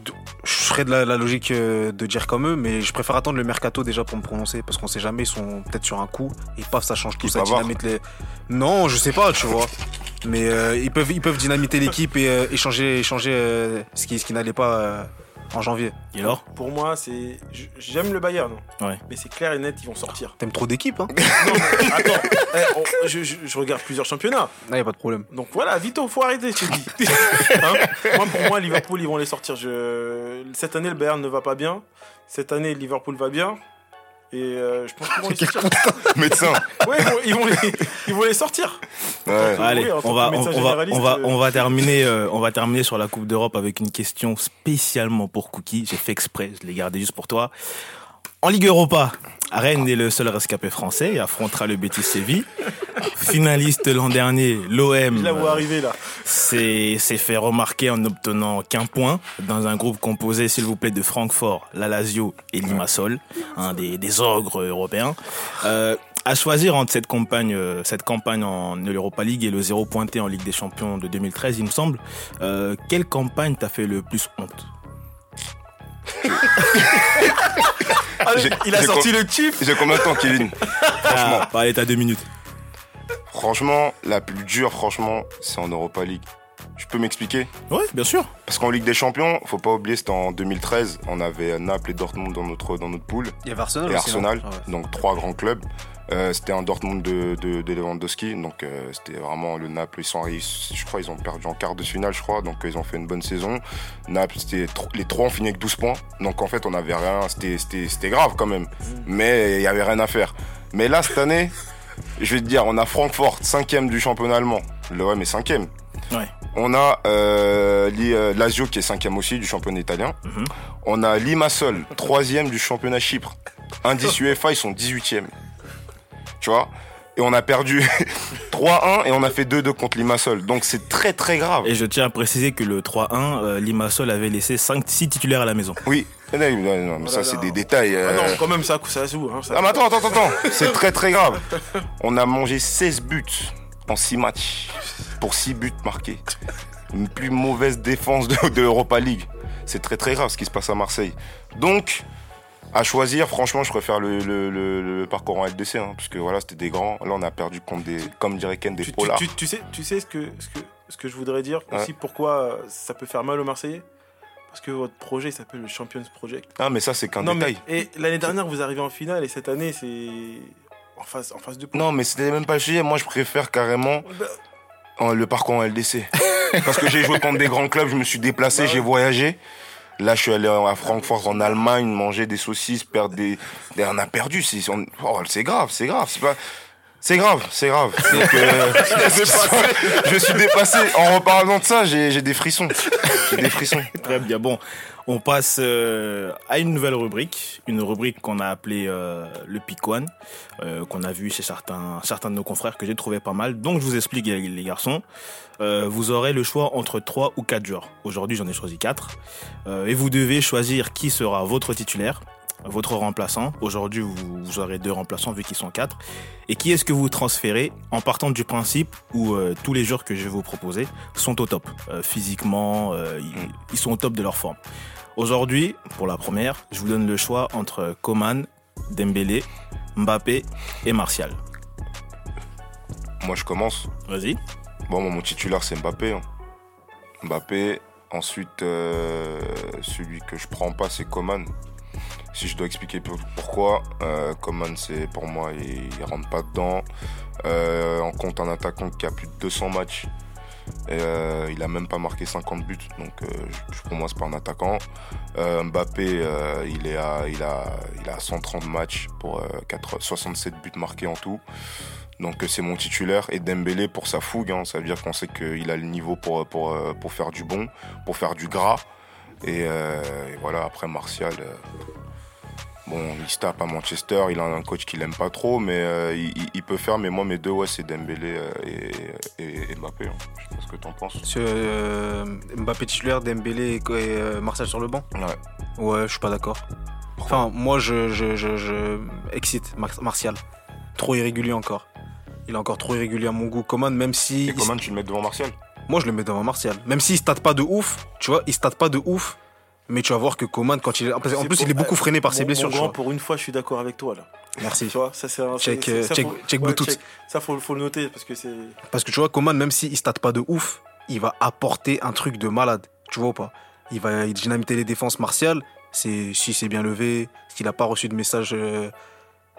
Speaker 6: d- je serais de la, la logique euh, de dire comme eux, mais je préfère attendre le mercato déjà pour me prononcer parce qu'on sait jamais, ils sont peut-être sur un coup et paf, ça change tout, ça
Speaker 5: Pavard.
Speaker 6: dynamite les. Non, je sais pas, tu vois. Mais euh, ils peuvent, ils peuvent dynamiter l'équipe et euh, échanger, échanger euh, ce qui, ce qui n'allait pas euh, en janvier.
Speaker 2: Et alors
Speaker 4: Pour moi, c'est. j- J'aime le Bayern.
Speaker 2: Ouais.
Speaker 4: Mais c'est clair et net, ils vont sortir.
Speaker 6: T'aimes trop d'équipes, hein
Speaker 4: non, mais attends. eh, on- je, je- je regarde plusieurs championnats.
Speaker 6: Là, y a pas de problème.
Speaker 4: Donc voilà, Vito, faut arrêter, je te dis. Hein moi, pour moi, Liverpool, ils vont les sortir. Je... Cette année, le Bayern ne va pas bien. Cette année, Liverpool va bien. Et euh, je pense qu'ils vont les sortir.
Speaker 5: Médecin.
Speaker 4: Ouais, ils vont, ils vont les, ils vont les sortir.
Speaker 5: Ouais.
Speaker 4: Ah,
Speaker 2: Allez,
Speaker 4: oui, en tant
Speaker 2: on va,
Speaker 4: que
Speaker 2: on,
Speaker 4: médecin
Speaker 2: on va,
Speaker 4: généraliste,
Speaker 2: on va,
Speaker 4: euh,
Speaker 2: on va terminer, euh, on va terminer sur la Coupe d'Europe avec une question spécialement pour Cookie. J'ai fait exprès, je l'ai gardé juste pour toi. En Ligue Europa, Rennes est le seul rescapé français et affrontera le Betis Séville. Finaliste l'an dernier, l'OM.
Speaker 4: Je la vois arriver, là.
Speaker 2: C'est s'est fait remarquer en n'obtenant qu'un point dans un groupe composé, s'il vous plaît, de Francfort, la Lazio et Limassol, un des, des ogres européens. Euh, à choisir entre cette campagne, euh, cette campagne en Europa League et le zéro pointé en Ligue des Champions de 2013, il me semble, euh, quelle campagne t'a fait le plus honte
Speaker 5: J'ai- j'ai com-
Speaker 4: le chief.
Speaker 5: J'ai combien de temps, Kevin Franchement.
Speaker 2: Ah, Allez, t'as deux minutes.
Speaker 5: Franchement, la plus dure, franchement, c'est en Europa League. Je peux m'expliquer
Speaker 2: Ouais, bien sûr.
Speaker 5: Parce qu'en Ligue des Champions, faut pas oublier, c'était en 2013, on avait Naples et Dortmund dans notre, dans notre poule,
Speaker 6: Il y avait Arsenal
Speaker 5: et
Speaker 6: aussi, non
Speaker 5: Arsenal,
Speaker 6: Ah ouais.
Speaker 5: donc trois grands clubs. Euh, c'était un Dortmund de, de, de Lewandowski, donc euh, c'était vraiment le Naples. Ils sont, ils- je crois, ils ont perdu en quart de finale, je crois, donc euh, ils ont fait une bonne saison. Naples, c'était tro- les trois ont fini avec 12 points, donc en fait, on n'avait rien, c'était- c'était c'était grave quand
Speaker 6: Mm.
Speaker 5: même, mais il y avait rien à faire. Mais là, cette année, je vais te dire, on a Francfort, cinquième du championnat allemand. L'OM est cinquième.
Speaker 2: Ouais.
Speaker 5: On a euh, Li- euh, Lazio qui est cinquième aussi du championnat italien.
Speaker 2: Mhm.
Speaker 5: On a Limassol, troisième du championnat Chypre.
Speaker 4: Oh.
Speaker 5: Indice UEFA, ils sont 18e. Tu vois Et on a perdu 3-1 et on a fait 2-2 contre Limassol. Donc c'est très très grave.
Speaker 2: Et je tiens à préciser que le 3-1, euh, Limassol avait laissé 5-6 titulaires à la maison.
Speaker 5: Oui. Mais non, non, non, mais
Speaker 4: Oh là
Speaker 5: ça c'est
Speaker 4: là.
Speaker 5: des détails.
Speaker 4: Ah
Speaker 5: euh.
Speaker 4: non, quand même, ça, ça joue. Hein, ça-
Speaker 5: Ah mais attends, attends, attends, c'est très très grave. On a mangé 16 buts en 6 matchs pour 6 buts marqués. Une plus mauvaise défense de, de l'Europa League. C'est très très grave ce qui se passe à Marseille. Donc, à choisir, franchement, je préfère le, le- le- le parcours en LDC, hein, parce que voilà, c'était des grands. Là, on a perdu contre des, comme dirait Ken, des
Speaker 4: Tu, tu-
Speaker 5: polars.
Speaker 4: tu- tu sais, tu sais ce, que, ce, que, ce que je voudrais dire
Speaker 5: Ouais.
Speaker 4: aussi pourquoi euh, ça peut faire mal aux Marseillais Parce que votre projet il s'appelle le Champions Project.
Speaker 5: Ah, mais ça, c'est qu'un
Speaker 4: Non, mais-
Speaker 5: détail.
Speaker 4: et l'année dernière, vous arrivez en finale et cette année, c'est en face, en face de poule.
Speaker 5: Non, mais c'était même pas chier. Moi, je préfère carrément
Speaker 4: Bah,
Speaker 5: En- Oh, le parcours en LDC. Parce que j'ai joué contre des grands clubs, je me suis déplacé, j'ai voyagé. Là, je suis allé à Francfort en Allemagne, manger des saucisses, perdre des. des- on a perdu. C'est on- oh, c'est grave, c'est grave. C'est pas. C'est grave, c'est grave. Donc, euh, je suis dépassé. En reparlant de ça, j'ai j'ai des frissons. J'ai des frissons.
Speaker 2: Très bien. Bon, on passe euh, à une nouvelle rubrique, une rubrique qu'on a appelée euh, le Pick One, euh, qu'on a vu chez certains, certains de nos confrères que j'ai trouvé pas mal. Donc je vous explique les les garçons. Euh, vous aurez le choix entre trois ou quatre joueurs. Aujourd'hui j'en ai choisi quatre. Euh, et vous devez choisir qui sera votre titulaire, votre remplaçant. Aujourd'hui vous, vous aurez deux remplaçants vu qu'ils sont quatre. Et qui est-ce que vous transférez en partant du principe où euh, tous les joueurs que je vais vous proposer sont au top. Euh, physiquement, euh, ils,
Speaker 5: Mm.
Speaker 2: ils sont au top de leur forme. Aujourd'hui, pour la première, je vous donne le choix entre Coman, Dembélé, Mbappé et Martial.
Speaker 5: Moi, je commence.
Speaker 2: Vas-y.
Speaker 5: Bon, moi, mon titulaire, c'est Mbappé. hein. Mbappé, Ensuite, euh, celui que je prends pas, c'est Coman. Si je dois expliquer peu- pourquoi, euh, Coman, c'est pour moi, il, il rentre pas dedans. Euh, on compte un attaquant qui a plus de 200 matchs. Et, euh, il a même pas marqué 50 buts, donc euh, je- pour moi c'est pas un attaquant. Euh, Mbappé, euh, il, est à, il, a, il a 130 matchs pour euh, quatre- 67 buts marqués en tout. Donc euh, c'est mon titulaire et Dembélé pour sa fougue, hein, ça veut dire qu'on sait qu'il a le niveau pour, euh, pour, euh, pour faire du bon, pour faire du gras. Et, euh, et voilà, après Martial, euh, bon, il se tape à Manchester, il a un coach qu'il aime pas trop, mais euh, il, il- il peut faire. Mais moi, mes deux, ouais, c'est Dembélé euh, et, et, et Mbappé. hein. Je sais pas ce que t'en penses.
Speaker 6: Sur, euh, Mbappé titulaire, Dembélé et, et, euh, Martial sur le banc
Speaker 5: Ouais.
Speaker 6: Ouais, je suis pas d'accord. Enfin, moi, je, je, je, je- excite Mar- Martial. Trop irrégulier encore. Il est encore trop irrégulier à mon goût. Coman, même si.
Speaker 5: Et Coman, tu le mets devant Martial
Speaker 6: Moi, je le mets devant Martial. Même s'il state pas de ouf, tu vois, il state pas de ouf. Mais tu vas voir que Coman, quand il est. En plus, en
Speaker 4: C'est
Speaker 6: plus,
Speaker 4: pour-
Speaker 6: il est beaucoup freiné par
Speaker 4: Mon-
Speaker 6: ses
Speaker 4: mon
Speaker 6: blessures. tu
Speaker 4: grand,
Speaker 6: vois.
Speaker 4: pour une fois, je suis d'accord avec toi là.
Speaker 6: Merci.
Speaker 4: Tu vois, ça c'est un.
Speaker 6: Check,
Speaker 4: c'est-
Speaker 6: euh,
Speaker 4: ça,
Speaker 6: check-
Speaker 4: faut-
Speaker 6: check
Speaker 4: ouais,
Speaker 6: Bluetooth.
Speaker 4: Ça faut, faut le noter parce que c'est.
Speaker 6: Parce que tu vois, Coman, même s'il state pas de ouf, il va apporter un truc de malade. Tu vois ou pas Il va dynamiter les défenses martiales. C'est si c'est bien levé, s'il a pas reçu de messages euh,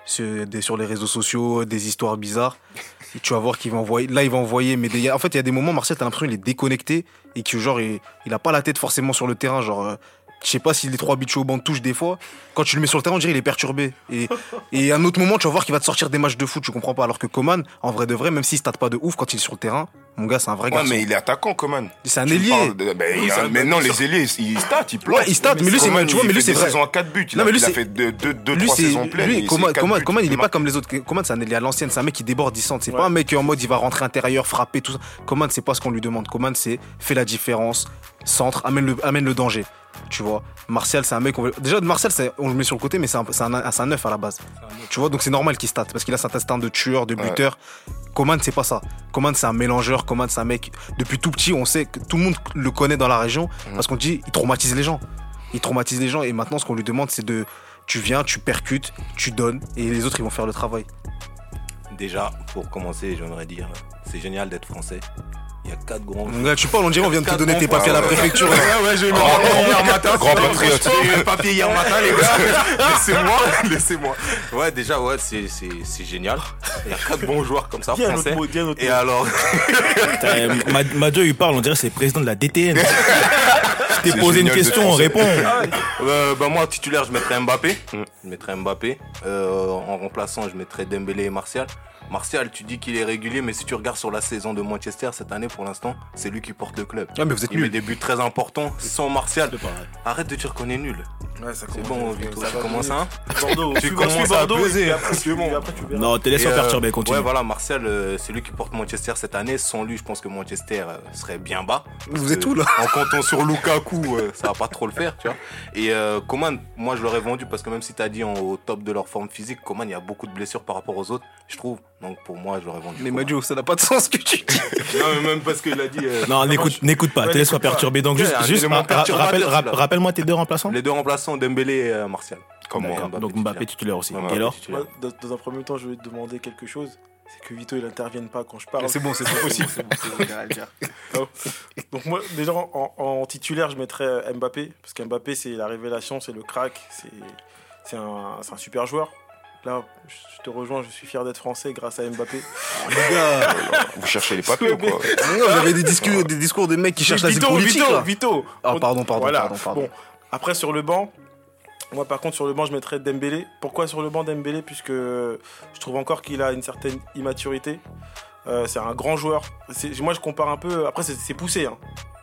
Speaker 6: sur, des- sur les réseaux sociaux, des histoires bizarres. Et tu vas voir qu'il va envoyer. Là, il va envoyer. Mais des- en fait, il y a des moments, Martial, t'as l'impression qu'il est déconnecté et que genre, il, il a pas la tête forcément sur le terrain. Genre, euh, je sais pas si les trois habitués au banc touchent des fois. Quand tu le mets sur le terrain, on dirait qu'il est perturbé. Et, et à un autre moment, tu vas voir qu'il va te sortir des matchs de foot, tu comprends pas. Alors que Coman, en vrai de vrai, même s'il tâte pas de ouf quand il est sur le terrain, mon gars, c'est un vrai
Speaker 5: Ouais,
Speaker 6: garçon.
Speaker 5: mais il est attaquant, Coman.
Speaker 6: C'est un
Speaker 5: Tu me
Speaker 6: ailier.
Speaker 5: parles de- ben, il y a-
Speaker 4: c'est un-
Speaker 5: mais non, les ailiers, ils statent, ils plantent.
Speaker 6: Ouais, ils statent, mais lui, c'est-
Speaker 5: Coman,
Speaker 6: tu vois,
Speaker 5: il
Speaker 6: mais lui,
Speaker 5: fait
Speaker 6: c'est
Speaker 5: des
Speaker 6: vrai.
Speaker 5: saisons à 4 buts. Il
Speaker 6: Non,
Speaker 5: a,
Speaker 6: mais lui,
Speaker 5: il a
Speaker 6: c'est-
Speaker 5: fait 2 deux, deux,
Speaker 6: lui,
Speaker 5: trois
Speaker 6: c'est-
Speaker 5: saisons pleines.
Speaker 6: lui,
Speaker 5: et
Speaker 6: Coman,
Speaker 5: c'est quatre
Speaker 6: Coman-
Speaker 5: buts,
Speaker 6: Coman, il est
Speaker 5: marque.
Speaker 6: pas comme les autres. Coman, c'est un ailier à l'ancienne, c'est un mec qui déborde, il centre. C'est
Speaker 4: Ouais.
Speaker 6: pas un mec qui est en mode, il va rentrer intérieur, frapper, tout ça. Coman, c'est pas ce qu'on lui demande. Coman, c'est fais la différence, centre, amène le, amène le danger. Tu vois, Martial, c'est un mec. qu'on veut- Déjà, Martial, c'est- on le met sur le côté, mais c'est un, c'est un- c'est un neuf à la base. Tu vois, donc c'est normal qu'il state parce qu'il a cet instinct de tueur, de
Speaker 5: Ouais.
Speaker 6: buteur. Coman, c'est pas ça. Coman, c'est un mélangeur. Coman, c'est un mec. Depuis tout petit, on sait que tout le monde le connaît dans la région
Speaker 5: Mm.
Speaker 6: parce qu'on dit il traumatise les gens. Il traumatise les gens et maintenant, ce qu'on lui demande, c'est de. Tu viens, tu percutes, tu donnes et les autres, ils vont faire le travail.
Speaker 3: Déjà, pour commencer, j'aimerais dire, euh, c'est génial d'être français. Il y a quatre grands.
Speaker 6: Mon gars, tu parles, on dirait, on vient de te donner tes papiers à la préfecture.
Speaker 5: Grand patriote.
Speaker 3: papier hier matin, les gars. laissez-moi, laissez-moi. Ouais, déjà, ouais, c'est, c'est, c'est génial. Il y a quatre bons joueurs comme ça,
Speaker 4: Dis un autre
Speaker 3: français.
Speaker 4: mot, dis un autre
Speaker 3: Et
Speaker 4: mot.
Speaker 3: alors,
Speaker 2: Putain, Ma- Madjo, il parle, on dirait que c'est le président de la DTN. Je t'ai
Speaker 5: C'est
Speaker 2: posé une
Speaker 5: génial de
Speaker 2: question, on
Speaker 5: penser.
Speaker 2: répond.
Speaker 6: Ah
Speaker 3: euh, bah, moi, titulaire, je mettrais Mbappé. Mm. Je mettrais Mbappé. Euh, en remplaçant, je mettrais Dembélé et Martial. Martial, tu dis qu'il est régulier, mais si tu regardes sur la saison de Manchester cette année, pour l'instant, c'est lui qui porte le club.
Speaker 6: Ah, mais vous êtes
Speaker 3: Il met
Speaker 6: nuls.
Speaker 3: des buts très importants sans Martial. Arrête de dire qu'on est nul.
Speaker 4: Ouais, ça
Speaker 3: C'est bon, Vito,
Speaker 4: ça
Speaker 3: tu
Speaker 4: va
Speaker 3: commences
Speaker 4: donner.
Speaker 3: hein
Speaker 4: Bordeaux.
Speaker 3: Tu
Speaker 4: suis- suis
Speaker 3: commences à
Speaker 4: Bordeaux, et
Speaker 3: peser.
Speaker 4: puis après,
Speaker 3: C'est
Speaker 4: tu-
Speaker 3: bon.
Speaker 4: après, tu verras.
Speaker 2: Non, te laisse
Speaker 3: Et,
Speaker 2: pas
Speaker 3: euh,
Speaker 2: perturber, continue.
Speaker 3: Ouais, voilà, Martial, euh, c'est lui qui porte Manchester cette année. Sans lui, je pense que Manchester euh, serait bien bas.
Speaker 6: Vous
Speaker 3: Parce
Speaker 6: êtes
Speaker 3: que
Speaker 6: où là
Speaker 3: Euh, En comptant sur Lukaku, euh, ça va pas trop le faire, tu vois. Et euh, Coman, moi, je l'aurais vendu parce que même si t'as dit en- au top de leur forme physique, Coman, il y a beaucoup de blessures par rapport aux autres, je trouve. Donc pour moi, je l'aurais vendu.
Speaker 6: Mais
Speaker 3: Coman.
Speaker 6: Madjo, ça n'a pas de sens ce que tu dis.
Speaker 3: Non, mais même parce qu'il a dit. euh,
Speaker 2: Non, n'écoute, n'écoute pas,
Speaker 4: ouais,
Speaker 2: te laisse pas
Speaker 4: n'écoute pas.
Speaker 2: perturber. Donc,
Speaker 3: Ouais,
Speaker 2: juste,
Speaker 3: un
Speaker 2: juste
Speaker 3: élément
Speaker 2: ra- ra-
Speaker 3: perturbateur,
Speaker 2: rappelle-
Speaker 3: celui-là.
Speaker 2: ra- rappelle-moi tes deux remplaçants.
Speaker 3: les deux remplaçants, Dembélé et euh, Martial.
Speaker 5: Comme moi.
Speaker 2: D'accord, Donc, Mbappé titulaire aussi.
Speaker 3: Ouais,
Speaker 2: Et
Speaker 3: Mbappé
Speaker 2: alors
Speaker 3: titulaire.
Speaker 4: Moi, dans, dans un premier temps, je vais te demander quelque chose. C'est que Vito, il intervienne pas quand je parle.
Speaker 6: bon, c'est possible.
Speaker 4: Donc moi, déjà, en, en titulaire, je mettrais euh, Mbappé. Parce qu'Mbappé, c'est la révélation, c'est le crack. C'est, c'est, un, c'est un super joueur. Là, je je te rejoins, je suis fier d'être français grâce à Mbappé.
Speaker 5: Vous cherchez les papiers ou quoi
Speaker 6: Vous avez des discours, des discours de mecs qui cherchent
Speaker 4: Mais
Speaker 6: la politique.
Speaker 4: Vito,
Speaker 6: là.
Speaker 4: Vito
Speaker 6: Ah,
Speaker 4: On-
Speaker 6: pardon, pardon,
Speaker 4: Voilà.
Speaker 6: pardon, pardon.
Speaker 4: Bon, après, sur le banc, moi, par contre, sur le banc, je mettrais Dembélé. Pourquoi sur le banc Dembélé Puisque je trouve encore qu'il a une certaine immaturité. Euh, c'est un grand joueur. C'est- Moi, je compare un peu... Après, c'est- c'est poussé. hein.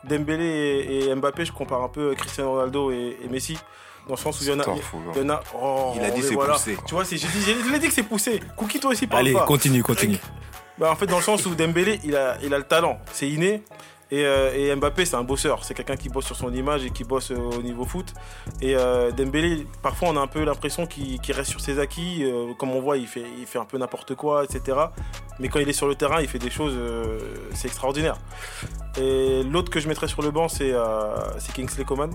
Speaker 4: Dembélé et, et Mbappé, je compare un peu Cristiano Ronaldo et, et Messi. Dans le sens où il y en a...
Speaker 5: Putain, faut-
Speaker 4: Il y en a. Oh,
Speaker 3: Il a dit
Speaker 4: mais
Speaker 3: c'est poussé.
Speaker 4: Tu vois, c'est- j'ai dit, j'ai- je l'ai dit que c'est poussé. Cookie, toi aussi, parle
Speaker 2: Allez,
Speaker 4: pas.
Speaker 2: continue, continue.
Speaker 4: Bah, en fait, dans le sens où Dembélé, il a, il a le talent, c'est inné. Et, euh, et Mbappé, c'est un bosseur. C'est quelqu'un qui bosse sur son image et qui bosse euh, au niveau foot. Et euh, Dembélé, parfois, on a un peu l'impression qu'il qu'il reste sur ses acquis. Euh, comme on voit, il fait, il fait un peu n'importe quoi, etc. Mais quand il est sur le terrain, il fait des choses, euh, c'est extraordinaire. Et l'autre que je mettrais sur le banc, c'est euh, c'est Kingsley Coman.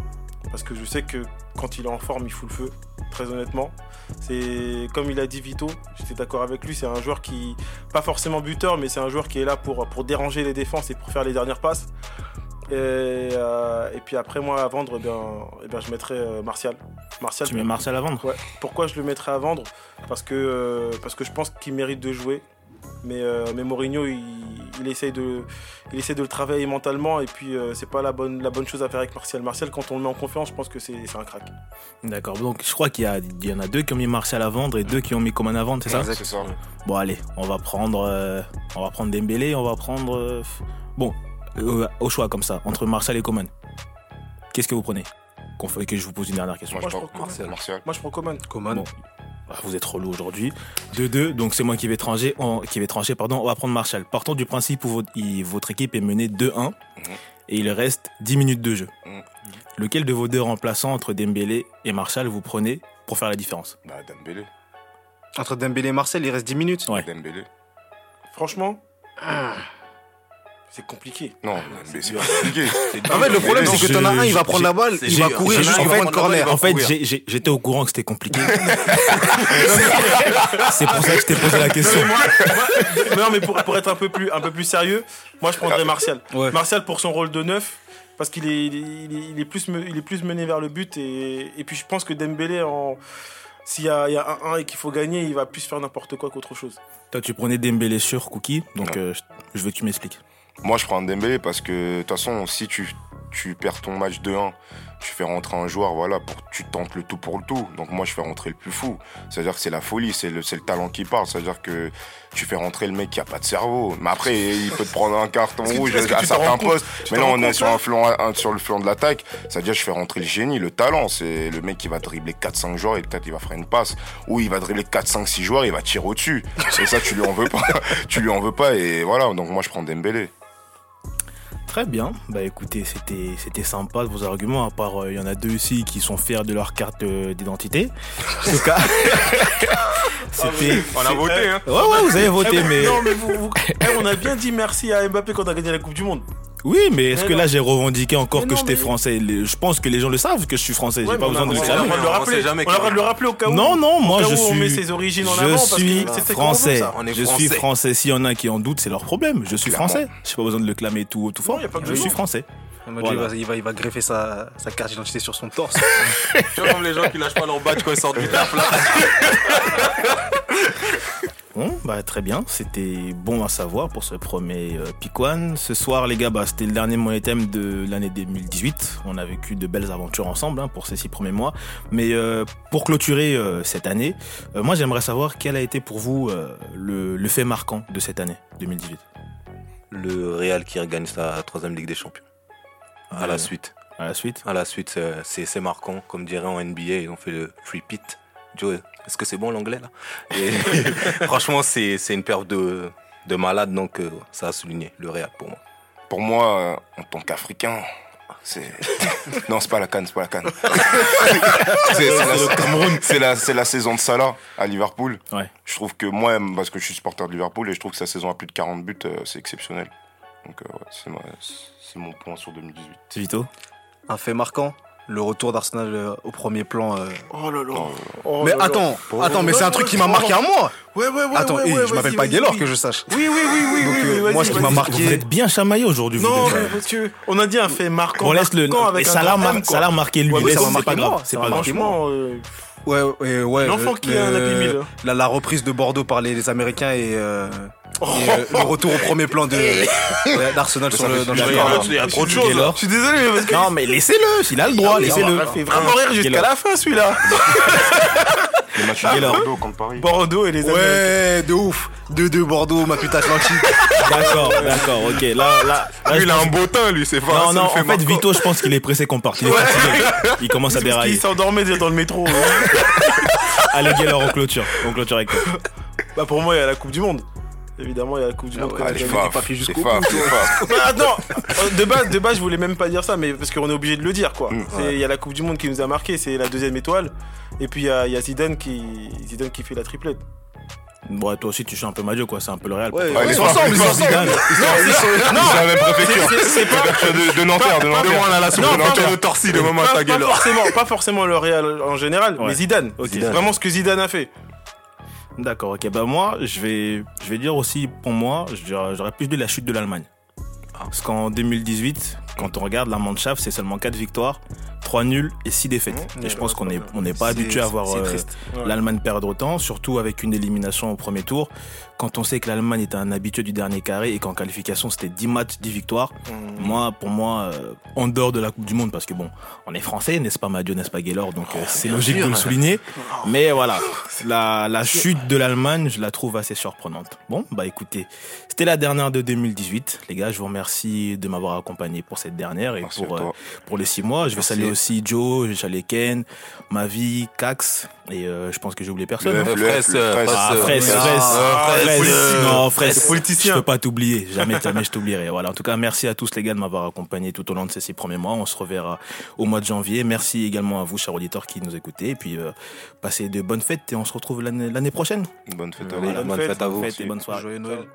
Speaker 4: Parce que je sais que quand il est en forme, il fout le feu, très honnêtement. C'est comme il a dit Vito, j'étais d'accord avec lui, c'est un joueur qui, pas forcément buteur, mais c'est un joueur qui est là pour, pour déranger les défenses et pour faire les dernières passes. Et, euh, et puis après, moi, à vendre, eh bien, eh bien, je mettrais euh, Martial. Martial,
Speaker 2: Tu mets Martial à vendre
Speaker 4: Ouais. Pourquoi je le mettrais à vendre parce que, euh, parce que je pense qu'il mérite de jouer. Mais, euh, mais Mourinho, il, il essaye de, il essaye de le travailler mentalement. Et puis, euh, c'est pas la bonne, la bonne chose à faire avec Martial. Martial, quand on le met en confiance, je pense que c'est c'est un crack.
Speaker 2: D'accord. Donc je crois qu'il y, a- il y en a deux qui ont mis Martial à vendre et deux qui ont mis Coman à vendre, c'est ça
Speaker 5: C'est ça.
Speaker 2: Bon allez, on va prendre, euh, on va prendre Dembélé, on va prendre, euh, bon, euh, au choix comme ça, entre Martial et Coman. Qu'est-ce que vous prenez Qu'on fait- Que je vous pose une dernière question.
Speaker 5: Moi, je
Speaker 4: je
Speaker 5: pense
Speaker 4: prends
Speaker 5: Martial. Martial.
Speaker 4: Moi, je prends Coman.
Speaker 6: Coman.
Speaker 2: Bon. Ah, Vous êtes relou aujourd'hui. 2-2, donc c'est moi qui vais trancher. on- qui vais trancher pardon, on va prendre Martial. Partons du principe où votre, il- votre équipe est menée 2-1 et il reste 10 minutes de jeu.
Speaker 5: Mhm.
Speaker 2: Lequel de vos deux remplaçants entre Dembélé et Martial vous prenez pour faire la différence
Speaker 5: Bah, Dembélé.
Speaker 6: Entre Dembélé et Marcel, il reste 10 minutes.
Speaker 2: Ouais.
Speaker 5: Dembélé.
Speaker 4: Franchement, c'est compliqué.
Speaker 5: Non, Dembélé, Ah, c'est compliqué.
Speaker 6: En fait, le problème, c'est que t'en as
Speaker 2: je-
Speaker 6: un, il va prendre la balle, il va courir
Speaker 2: j'ai-
Speaker 6: jusqu'au
Speaker 2: en fait,
Speaker 6: point de corner.
Speaker 2: En fait, j'ai- j'ai- j'étais au courant que c'était compliqué. c'est pour ça que je t'ai posé la question.
Speaker 4: Mais non, mais pour, pour être un peu, plus, un peu plus sérieux, moi, je prendrais Martial.
Speaker 6: Ouais.
Speaker 4: Martial pour son rôle de neuf. Parce qu'il est, il est- il est- il est plus, me- il est plus mené vers le but. Et, et puis, je pense que Dembélé, en- s'il y a, il y a un 1 et qu'il faut gagner, il va plus faire n'importe quoi qu'autre chose.
Speaker 2: Toi, tu prenais Dembélé sur Cookie, donc
Speaker 5: Ouais.
Speaker 2: euh, je- je veux que tu m'expliques.
Speaker 5: Moi, je prends Dembélé parce que, de toute façon, si tu, tu perds ton match 2-1, tu fais rentrer un joueur, voilà, pour, tu tentes le tout pour le tout. Donc, moi, je fais rentrer le plus fou. C'est-à-dire que c'est la folie, c'est le, c'est le talent qui parle. C'est-à-dire que tu fais rentrer le mec qui a pas de cerveau. Mais après, il peut te prendre un carton
Speaker 4: que-
Speaker 5: rouge
Speaker 4: est-ce que
Speaker 5: à
Speaker 4: tu t'en rends
Speaker 5: certains
Speaker 4: compte
Speaker 5: postes.
Speaker 4: Tu
Speaker 5: Mais
Speaker 4: t'en
Speaker 5: là,
Speaker 4: rends
Speaker 5: on est
Speaker 4: compte,
Speaker 5: sur,
Speaker 4: là
Speaker 5: un flanc, un- sur le flanc de l'attaque. C'est-à-dire, je fais rentrer le génie, le talent. C'est le mec qui va dribbler 4-5 joueurs et peut-être il va faire une passe. Ou il va dribbler 4-5-6 joueurs, il va tirer au-dessus. Et ça, tu lui en veux pas. tu lui en veux pas. Et voilà, donc moi, je prends Dembélé.
Speaker 2: Très bien. Bah écoutez, c'était c'était sympa de vos arguments. À part, euh, il y en a deux ici qui sont fiers de leur carte euh, d'identité. En tout cas,
Speaker 4: Ah,
Speaker 2: c'était.
Speaker 5: On a voté, hein.
Speaker 2: Ouais, ouais, vous avez voté,
Speaker 4: Eh ben,
Speaker 2: mais.
Speaker 4: Non, mais vous, vous- Eh, on a bien dit merci à Mbappé quand on a gagné la Coupe du Monde.
Speaker 2: Oui, mais est-ce
Speaker 4: Mais
Speaker 2: que
Speaker 4: non.
Speaker 2: là j'ai revendiqué encore
Speaker 4: Mais
Speaker 2: que
Speaker 4: non,
Speaker 2: j'étais
Speaker 4: mais-
Speaker 2: français Les- Je pense que les gens le savent que je suis français. J'ai
Speaker 4: Ouais, mais
Speaker 2: pas
Speaker 4: on a-
Speaker 2: besoin de le
Speaker 4: on a-
Speaker 2: savoir.
Speaker 4: On a le
Speaker 3: On sait
Speaker 4: rappeler.
Speaker 3: jamais
Speaker 4: On a le droit
Speaker 3: quand
Speaker 4: de le rappeler au cas où.
Speaker 2: Non, non, moi
Speaker 4: Au cas
Speaker 2: je
Speaker 4: où
Speaker 2: suis.
Speaker 4: on met ses origines en
Speaker 2: je
Speaker 4: avant parce que
Speaker 2: suis
Speaker 4: c'est- c'est comment on veut,
Speaker 2: français.
Speaker 4: ça.
Speaker 3: On est
Speaker 2: je suis
Speaker 3: français.
Speaker 2: français. S'il y en a qui en doutent, c'est leur problème. Je suis
Speaker 5: Clairement.
Speaker 2: français. J'ai pas besoin de le clamer tout haut, tout fort.
Speaker 4: Non, y a pas de
Speaker 2: je suis
Speaker 4: raison.
Speaker 2: français.
Speaker 6: En mode, lui,
Speaker 2: Voilà.
Speaker 6: il, va, il, va, il va greffer sa, sa carte d'identité sur son torse.
Speaker 3: Tu vois comme les gens qui lâchent pas leur badge quand ils sortent du taf là.
Speaker 2: Bon, bah très bien. C'était bon à savoir pour ce premier euh, Pick One. Ce soir, les gars, bah, c'était le dernier moyen thème de l'année 2018. On a vécu de belles aventures ensemble hein, pour ces six premiers mois. Mais euh, pour clôturer euh, cette année, euh, moi j'aimerais savoir quel a été pour vous euh, le, le fait marquant de cette année 2018.
Speaker 3: Le Real qui regagne sa troisième Ligue des Champions. À
Speaker 2: Euh,
Speaker 3: la suite.
Speaker 2: À la suite.
Speaker 3: À la suite, euh, c'est c'est marquant. Comme dirait en NBA, ils ont fait le repeat. Joe, est-ce que c'est bon l'anglais là Et Franchement, c'est c'est une perte de, de malade, donc euh, ça a souligné le Real pour moi.
Speaker 5: Pour moi, euh, en tant qu'Africain, c'est. non, c'est pas la canne, c'est pas la canne. c'est c'est la, c'est la- c'est la saison de Salah à Liverpool.
Speaker 2: Ouais.
Speaker 5: Je trouve que moi, parce que je suis supporter de Liverpool et je trouve que sa saison à plus de 40 buts, euh, c'est exceptionnel. Donc, euh, ouais, c'est ma- c'est mon point sur 2018.
Speaker 2: C'est Vito.
Speaker 6: Un fait marquant, le retour d'Arsenal euh, au premier plan. euh.
Speaker 4: Oh là là.
Speaker 5: Non,
Speaker 4: Oh
Speaker 6: mais
Speaker 4: là là.
Speaker 6: attends, attends, mais c'est un truc qui m'a marqué à moi.
Speaker 4: Ouais, ouais, ouais.
Speaker 6: Attends,
Speaker 4: ouais,
Speaker 6: eh,
Speaker 4: ouais,
Speaker 6: je
Speaker 4: vas-y,
Speaker 6: m'appelle pas
Speaker 4: vas-y,
Speaker 6: Gaylor
Speaker 4: oui.
Speaker 6: que je sache.
Speaker 4: Oui, oui, oui, oui.
Speaker 6: Donc,
Speaker 4: oui,
Speaker 6: euh,
Speaker 4: oui,
Speaker 6: moi,
Speaker 4: vas-y,
Speaker 6: ce qui m'a
Speaker 4: vas-y.
Speaker 6: marqué-
Speaker 2: Vous êtes bien chamaillé aujourd'hui. vous
Speaker 4: Non,
Speaker 2: deux.
Speaker 4: mais monsieur, on a dit un fait marquant.
Speaker 2: on laisse le.
Speaker 4: marquant avec
Speaker 2: Et
Speaker 4: un
Speaker 2: Salah,
Speaker 4: grand
Speaker 2: mar-
Speaker 4: M, quoi.
Speaker 2: Salah marquer lui,
Speaker 6: Ouais, mais
Speaker 2: laisse,
Speaker 6: ça m'a
Speaker 2: c'est pas
Speaker 6: marqué
Speaker 2: grave.
Speaker 6: moi,
Speaker 2: C'est
Speaker 6: ça
Speaker 2: pas
Speaker 6: m'a
Speaker 2: grave.
Speaker 6: marqué.
Speaker 4: Franchement, euh,
Speaker 6: Ouais, ouais, ouais.
Speaker 4: L'enfant
Speaker 6: le-
Speaker 4: qui a un
Speaker 6: le-
Speaker 4: Happy Meal.
Speaker 6: La, la reprise de Bordeaux par les, les Américains et, euh, et, euh, le retour au premier plan de- d'Arsenal sur le, dans le
Speaker 2: du
Speaker 6: score.
Speaker 2: bien.
Speaker 3: Il y a trop de hein.
Speaker 2: choses, Gaylor.
Speaker 4: Je suis désolé, mais parce que.
Speaker 2: Non, mais laissez-le. Il a le droit. Laissez-le.
Speaker 4: Il fait vraiment rire jusqu'à la fin celui-là.
Speaker 5: Les matchs
Speaker 2: Ah,
Speaker 5: de
Speaker 2: alors.
Speaker 5: Bordeaux contre Paris.
Speaker 4: Bordeaux et les Américains.
Speaker 6: Ouais, de ouf. 2-2 Bordeaux, ma putain Atlantique.
Speaker 2: D'accord, d'accord, ok. Là, là, là, je-
Speaker 5: Lui, il a un beau teint, lui, c'est pas
Speaker 2: non,
Speaker 5: c'est
Speaker 2: non,
Speaker 5: le
Speaker 2: en fait,
Speaker 5: marquant.
Speaker 2: Vito, je pense qu'il est pressé qu'on parte. Il, est fatigué. Il commence à
Speaker 4: Parce qu'il
Speaker 2: dérailler.
Speaker 4: s'endormait déjà dans le métro.
Speaker 2: Allez, Gaylor, on clôture. On clôture avec toi.
Speaker 4: bah pour moi, il y a la Coupe du Monde. Évidemment, il y a la Coupe du Monde. qu'on a
Speaker 5: Ah, les
Speaker 4: gagnée.
Speaker 5: faf,
Speaker 6: papiers
Speaker 5: les
Speaker 6: jusqu'au
Speaker 5: faf, les faf.
Speaker 4: Bah, attends, euh, de base, de base, je voulais même pas dire ça, mais parce qu'on est obligé de le dire, quoi.
Speaker 5: Mm.
Speaker 4: C'est- Il y a la Coupe du Monde qui nous a marqué, c'est la deuxième étoile. Et puis il y a, il y a Zidane qui, Zidane qui fait la triplette.
Speaker 2: Bon, toi aussi, tu suis un peu Madio, quoi. C'est un peu le Real. pour
Speaker 6: Ouais,
Speaker 2: toi.
Speaker 5: ouais, ils sont
Speaker 2: Ouais,
Speaker 5: ensemble, ils sont
Speaker 2: Zidane.
Speaker 5: Ils sont ils sont- ils sont dans la même préfecture. Préfecture de de Nanterre, de Nanterre.
Speaker 3: à la
Speaker 5: Non, Nanterre de Torcy, le moment
Speaker 4: Pas,
Speaker 5: ta
Speaker 4: pas
Speaker 5: gueule.
Speaker 4: forcément, pas forcément le Real en général,
Speaker 2: Ouais.
Speaker 4: mais Zidane.
Speaker 2: Ok.
Speaker 4: C'est vraiment ce que Zidane a fait.
Speaker 2: D'accord, ok. Bah, moi, je vais, je vais dire aussi, pour moi, je dirais- j'aurais plus dit la chute de l'Allemagne. Parce qu'en 2018, quand on regarde la Mannschaft, c'est seulement 4 victoires, 3 nuls et 6 défaites.
Speaker 4: Mmh,
Speaker 2: et je
Speaker 4: ouais,
Speaker 2: pense
Speaker 4: c'est
Speaker 2: qu'on
Speaker 4: pas
Speaker 2: n'est
Speaker 4: bien.
Speaker 2: on n'est pas
Speaker 6: C'est-
Speaker 2: habitué à voir
Speaker 6: c'est
Speaker 2: euh,
Speaker 6: triste.
Speaker 4: Ouais.
Speaker 2: l'Allemagne perdre autant, surtout avec une élimination au premier tour. Quand on sait que l'Allemagne est un habitué du dernier carré et qu'en qualification c'était 10 matchs, 10 victoires,
Speaker 5: Mmh.
Speaker 2: moi, pour moi, euh, en dehors de la Coupe du Monde, parce que bon, on est français, n'est-ce pas Madio, n'est-ce pas Gaylor, donc
Speaker 5: Oh,
Speaker 2: euh, c'est logique de le souligner. Mais voilà, la, la chute de l'Allemagne, je la trouve assez surprenante. Bon, bah écoutez, c'était la dernière de 2018. Les gars, je vous remercie de m'avoir accompagné pour cette dernière et
Speaker 5: Merci
Speaker 2: pour,
Speaker 5: à
Speaker 2: euh,
Speaker 5: toi.
Speaker 2: pour les six mois. Je vais
Speaker 6: Merci.
Speaker 2: saluer aussi Joe, je vais saluer Ken, Mavi, Cax, et euh, je pense que j'ai oublié personne.
Speaker 5: Le
Speaker 2: hein.
Speaker 5: F,
Speaker 3: Fraisse,
Speaker 5: le Fraisse.
Speaker 2: Ah, Fraisse,
Speaker 6: Ah,
Speaker 2: Fraisse.
Speaker 5: ah,
Speaker 2: Fraisse.
Speaker 5: politicien.
Speaker 2: Non, Fraisse.
Speaker 4: Le politicien.
Speaker 2: Je peux pas t'oublier. Jamais, jamais je t'oublierai. Voilà. En tout cas, merci à tous les gars de m'avoir accompagné tout au long de ces six premiers mois. On se reverra au mois de janvier. Merci également à vous, chers auditeurs, qui nous écoutez. Et puis, euh, passez de bonnes fêtes et on se retrouve l'année l'année prochaine.
Speaker 5: Une bonne fête à
Speaker 4: Allez,
Speaker 5: vous.
Speaker 4: bonne
Speaker 3: bonne
Speaker 4: fête.
Speaker 3: fête à vous.
Speaker 2: Fête et bonne soirée.
Speaker 6: Joyeux Noël.